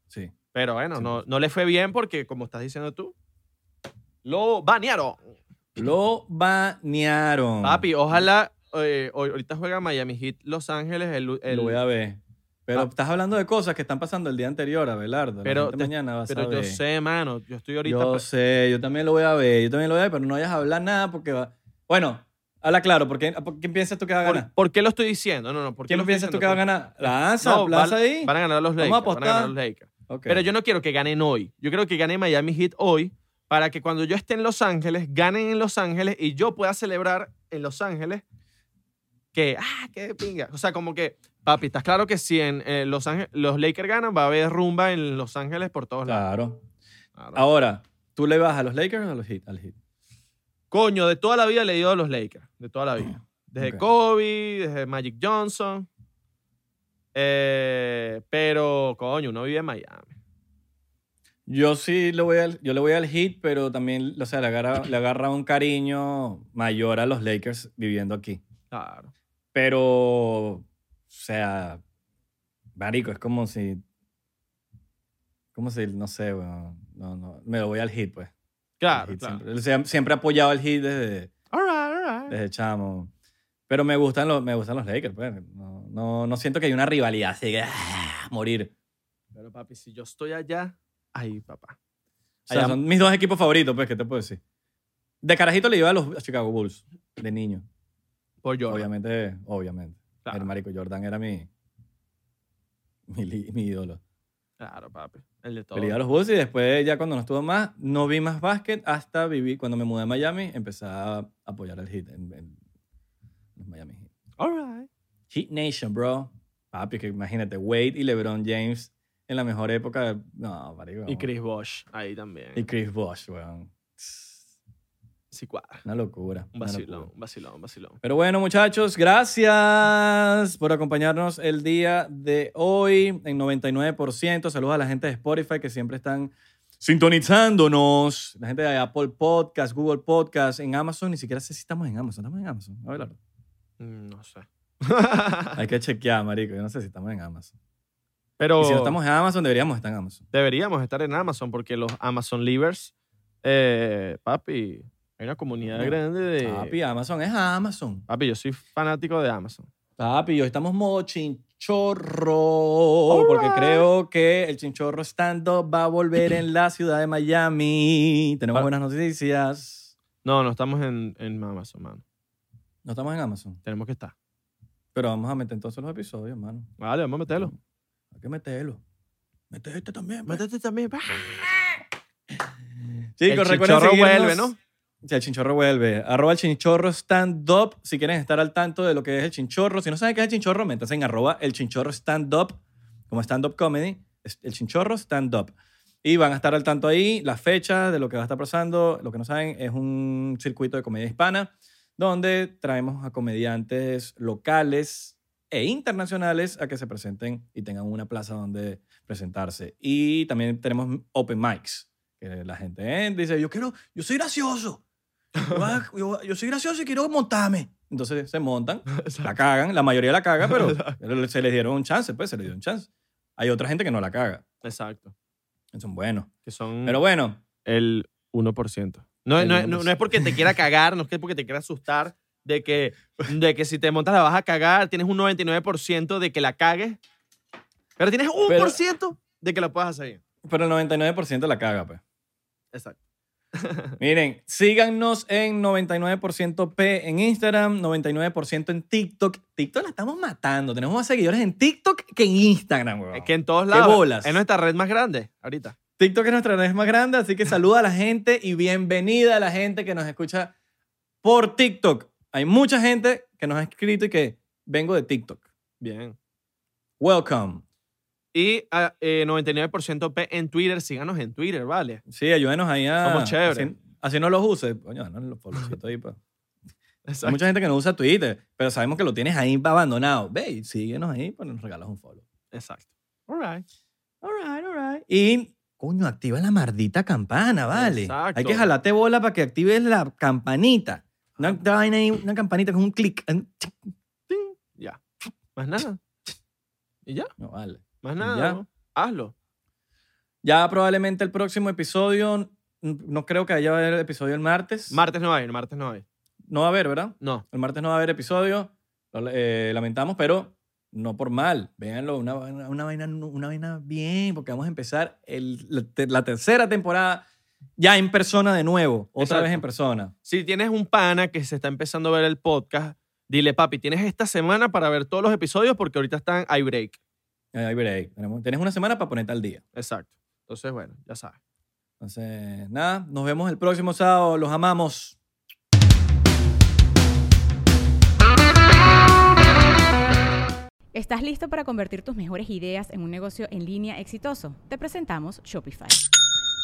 A: Sí. pues.
B: Pero bueno, no,
A: 100%.
B: no le fue bien porque, como estás diciendo tú, lo banearon.
A: Lo banearon.
B: Papi, ojalá. eh, hoy- ahorita juega Miami Heat Los Ángeles. El, el-
A: lo voy a ver. Pero
B: Ah.
A: estás hablando de cosas que están pasando el día anterior, Abelardo. La
B: Pero
A: gente
B: te-
A: mañana vas a
B: pero yo
A: ver.
B: sé, mano. Yo estoy ahorita. pues.
A: Yo
B: pre-
A: sé, yo también lo voy a ver. Yo también lo voy a ver, pero no vayas a hablar nada porque va... Bueno, habla claro. ¿Por qué, ah, por qué piensas tú que va a
B: ¿Por,
A: ganar?
B: por qué lo estoy diciendo? No, no, ¿por qué
A: ¿Quién
B: lo
A: piensas tú que va a ganar? La
B: No,
A: Lanza,
B: van-
A: Plaza ahí.
B: Van a ganar los Lakers.
A: Vamos a
B: Van a ganar
A: apostar.
B: los Lakers.
A: Ok.
B: Pero yo no quiero que ganen hoy. Yo quiero que gane Miami Heat hoy para que cuando yo esté en Los Ángeles, ganen en Los Ángeles y yo pueda celebrar en Los Ángeles que, ah, qué pinga. O sea, como que, papi, estás claro que si en eh, Los Ángeles los Lakers ganan, va a haber rumba en Los Ángeles por todos lados.
A: Claro.
B: Claro.
A: Ahora, ¿tú le vas a los Lakers o a los Heat? Al Heat.
B: Coño, de toda la vida le he ido a los Lakers. De toda la vida. Desde
A: Ok.
B: Kobe, desde Magic Johnson. Eh, pero, coño, uno vive en Miami.
A: Yo sí le voy al, yo le voy al Heat, pero también, o sea, le agarra, le agarra un cariño mayor a los Lakers viviendo aquí.
B: Claro.
A: Pero, o sea, marico, es como si, como si, no sé, weón, no, no, me lo voy al Heat, pues. al
B: Claro,
A: Heat
B: claro.
A: Siempre, o sea, siempre he apoyado al Heat desde,
B: All right, all right.
A: desde chamo. Pero me gustan los, me gustan los Lakers, pues. No, no, no siento que hay una rivalidad así que, ah, morir.
B: Pero papi, si yo estoy allá, ahí, papá.
A: O sea,
B: Allá-
A: son mis dos equipos favoritos, pues, ¿qué te puedo decir? De carajito le iba a los a Chicago Bulls, de niño.
B: Por yo.
A: Obviamente, obviamente.
B: Claro,
A: El marico Jordan era mi, mi, li- mi ídolo.
B: claro, papi. El de todo.
A: Le iba a los Bulls y después, ya cuando no estuvo más, no vi más básquet hasta viví, cuando me mudé a Miami, empecé a apoyar al Heat en, en- en Miami Heat.
B: All right.
A: Heat Nation, bro. Papi, que imagínate, Wade y LeBron James en la mejor época. de- No, marico.
B: Y Chris Bosh, ahí también.
A: Y Chris Bosh, weón.
B: Sí, cuadra.
A: Una locura.
B: Un
A: una
B: vacilón,
A: locura.
B: un vacilón, un vacilón.
A: Pero bueno, muchachos, gracias por acompañarnos el día de hoy en 99%. Saludos a la gente de Spotify que siempre están sintonizándonos. La gente de Apple Podcast, Google Podcast, en Amazon. Ni siquiera sé si estamos en Amazon. Estamos en Amazon. A ver, Lalo.
B: Mm, No sé.
A: Hay que chequear, marico. Yo no sé si estamos en Amazon.
B: Pero
A: Y si no estamos en Amazon, deberíamos estar en Amazon.
B: deberíamos estar en Amazon porque los Amazon Livers, eh, papi, hay una comunidad
A: No.
B: grande de.
A: Papi, Amazon es Amazon.
B: Papi, yo soy fanático de Amazon.
A: Papi, hoy estamos modo chinchorro.
B: All
A: Porque
B: right.
A: creo que el chinchorro stand-up va a volver en la ciudad de Miami. Tenemos
B: Pa-
A: buenas noticias.
B: No, no estamos en, en Amazon, mano.
A: No estamos en Amazon,
B: Tenemos que estar.
A: pero vamos a meter entonces los episodios, hermano.
B: Vale, vamos a meterlo.
A: Hay que meterlo. Mete este también. pues.
B: Métete también. pa.
A: Chicos,
B: este. El
A: recuerden
B: chinchorro
A: seguirnos.
B: vuelve, ¿no?
A: Sí, el chinchorro vuelve. Arroba el chinchorro stand-up. Si quieren estar al tanto de lo que es el chinchorro. Si no saben qué es el chinchorro, métanse en arroba el chinchorro stand-up. Como stand-up comedy. es El chinchorro stand-up. Y van a estar al tanto ahí. Las fechas de lo que va a estar pasando. Lo que no saben es un circuito de comedia hispana. Donde traemos a comediantes locales e internacionales a que se presenten y tengan una plaza donde presentarse. Y también tenemos open mics, que la gente entra y dice, yo quiero, yo soy gracioso, yo, voy a- yo voy a- yo soy gracioso y quiero montarme. Entonces se montan, la cagan, la mayoría la caga, pero pero se les dieron un chance, pues se les dio un chance. Hay otra gente que no la caga,
B: Exacto.
A: son buenos.
B: Que son.
A: Pero bueno,
B: el 1%. No,
A: El
B: no, no- no es porque te quiera cagar, no es que porque te quiera asustar de que, de que si te montas la vas a cagar, tienes un 99% de que la cagues, pero tienes un
A: Pero-
B: por ciento de que la puedas hacer bien.
A: pero el 99% la caga, pues.
B: Exacto.
A: Miren, síganos en 99% P en Instagram, 99% en TikTok. TikTok la estamos matando. Tenemos más seguidores en TikTok que en Instagram, weón.
B: Es que en todos lados.
A: bolas.
B: Es nuestra red más grande ahorita.
A: TikTok es nuestra red más grande, así que saluda a la gente y bienvenida a la gente que nos escucha por TikTok. Hay mucha gente que nos ha escrito y que vengo de TikTok.
B: Bien.
A: Welcome.
B: Y ah, eh, 99% P en Twitter, síganos en Twitter, ¿vale?
A: Sí, ayúdenos ahí a...
B: Somos chéveres.
A: Así, así no los uses. Coño, danos los followcitos ahí, pa. Hay
B: Exacto.
A: mucha gente que no usa Twitter, pero sabemos que lo tienes ahí abandonado. Ve y síguenos ahí, pues nos regalas un follow.
B: Exacto. All right.
A: All right, all right. Y, coño, activa la mardita campana, vale.
B: Exacto.
A: Hay que jalarte bola para que actives la campanita. Una, una vaina ahí, una campanita con un clic. un tic.
B: Ting. Ya. Más nada. Y ya,
A: No, vale.
B: más
A: Y
B: nada.
A: ya.
B: ¿no? Hazlo.
A: Ya probablemente el próximo episodio, n- no creo que haya haber episodio el martes.
B: Martes no hay, martes no hay.
A: no va a haber, ¿verdad?
B: No.
A: El martes no va a haber episodio. Lo- eh, lamentamos, pero no por mal. Véanlo, una, vaina- una, vaina, una vaina bien, porque vamos a empezar el- la, te- la tercera temporada ya en persona de nuevo. Otra
B: Exacto.
A: vez en persona.
B: Si tienes un pana que se está empezando a ver el podcast, dile, papi, tienes esta semana para ver todos los episodios porque ahorita están iBreak.
A: Es Eh, Ahí veréis. Tenemos- Tienes una semana para ponerte al día.
B: Exacto. Entonces, bueno, ya sabes.
A: Entonces, nada, nos vemos el próximo sábado. Los amamos.
C: ¿Estás listo para convertir tus mejores ideas en un negocio en línea exitoso? Te presentamos Shopify.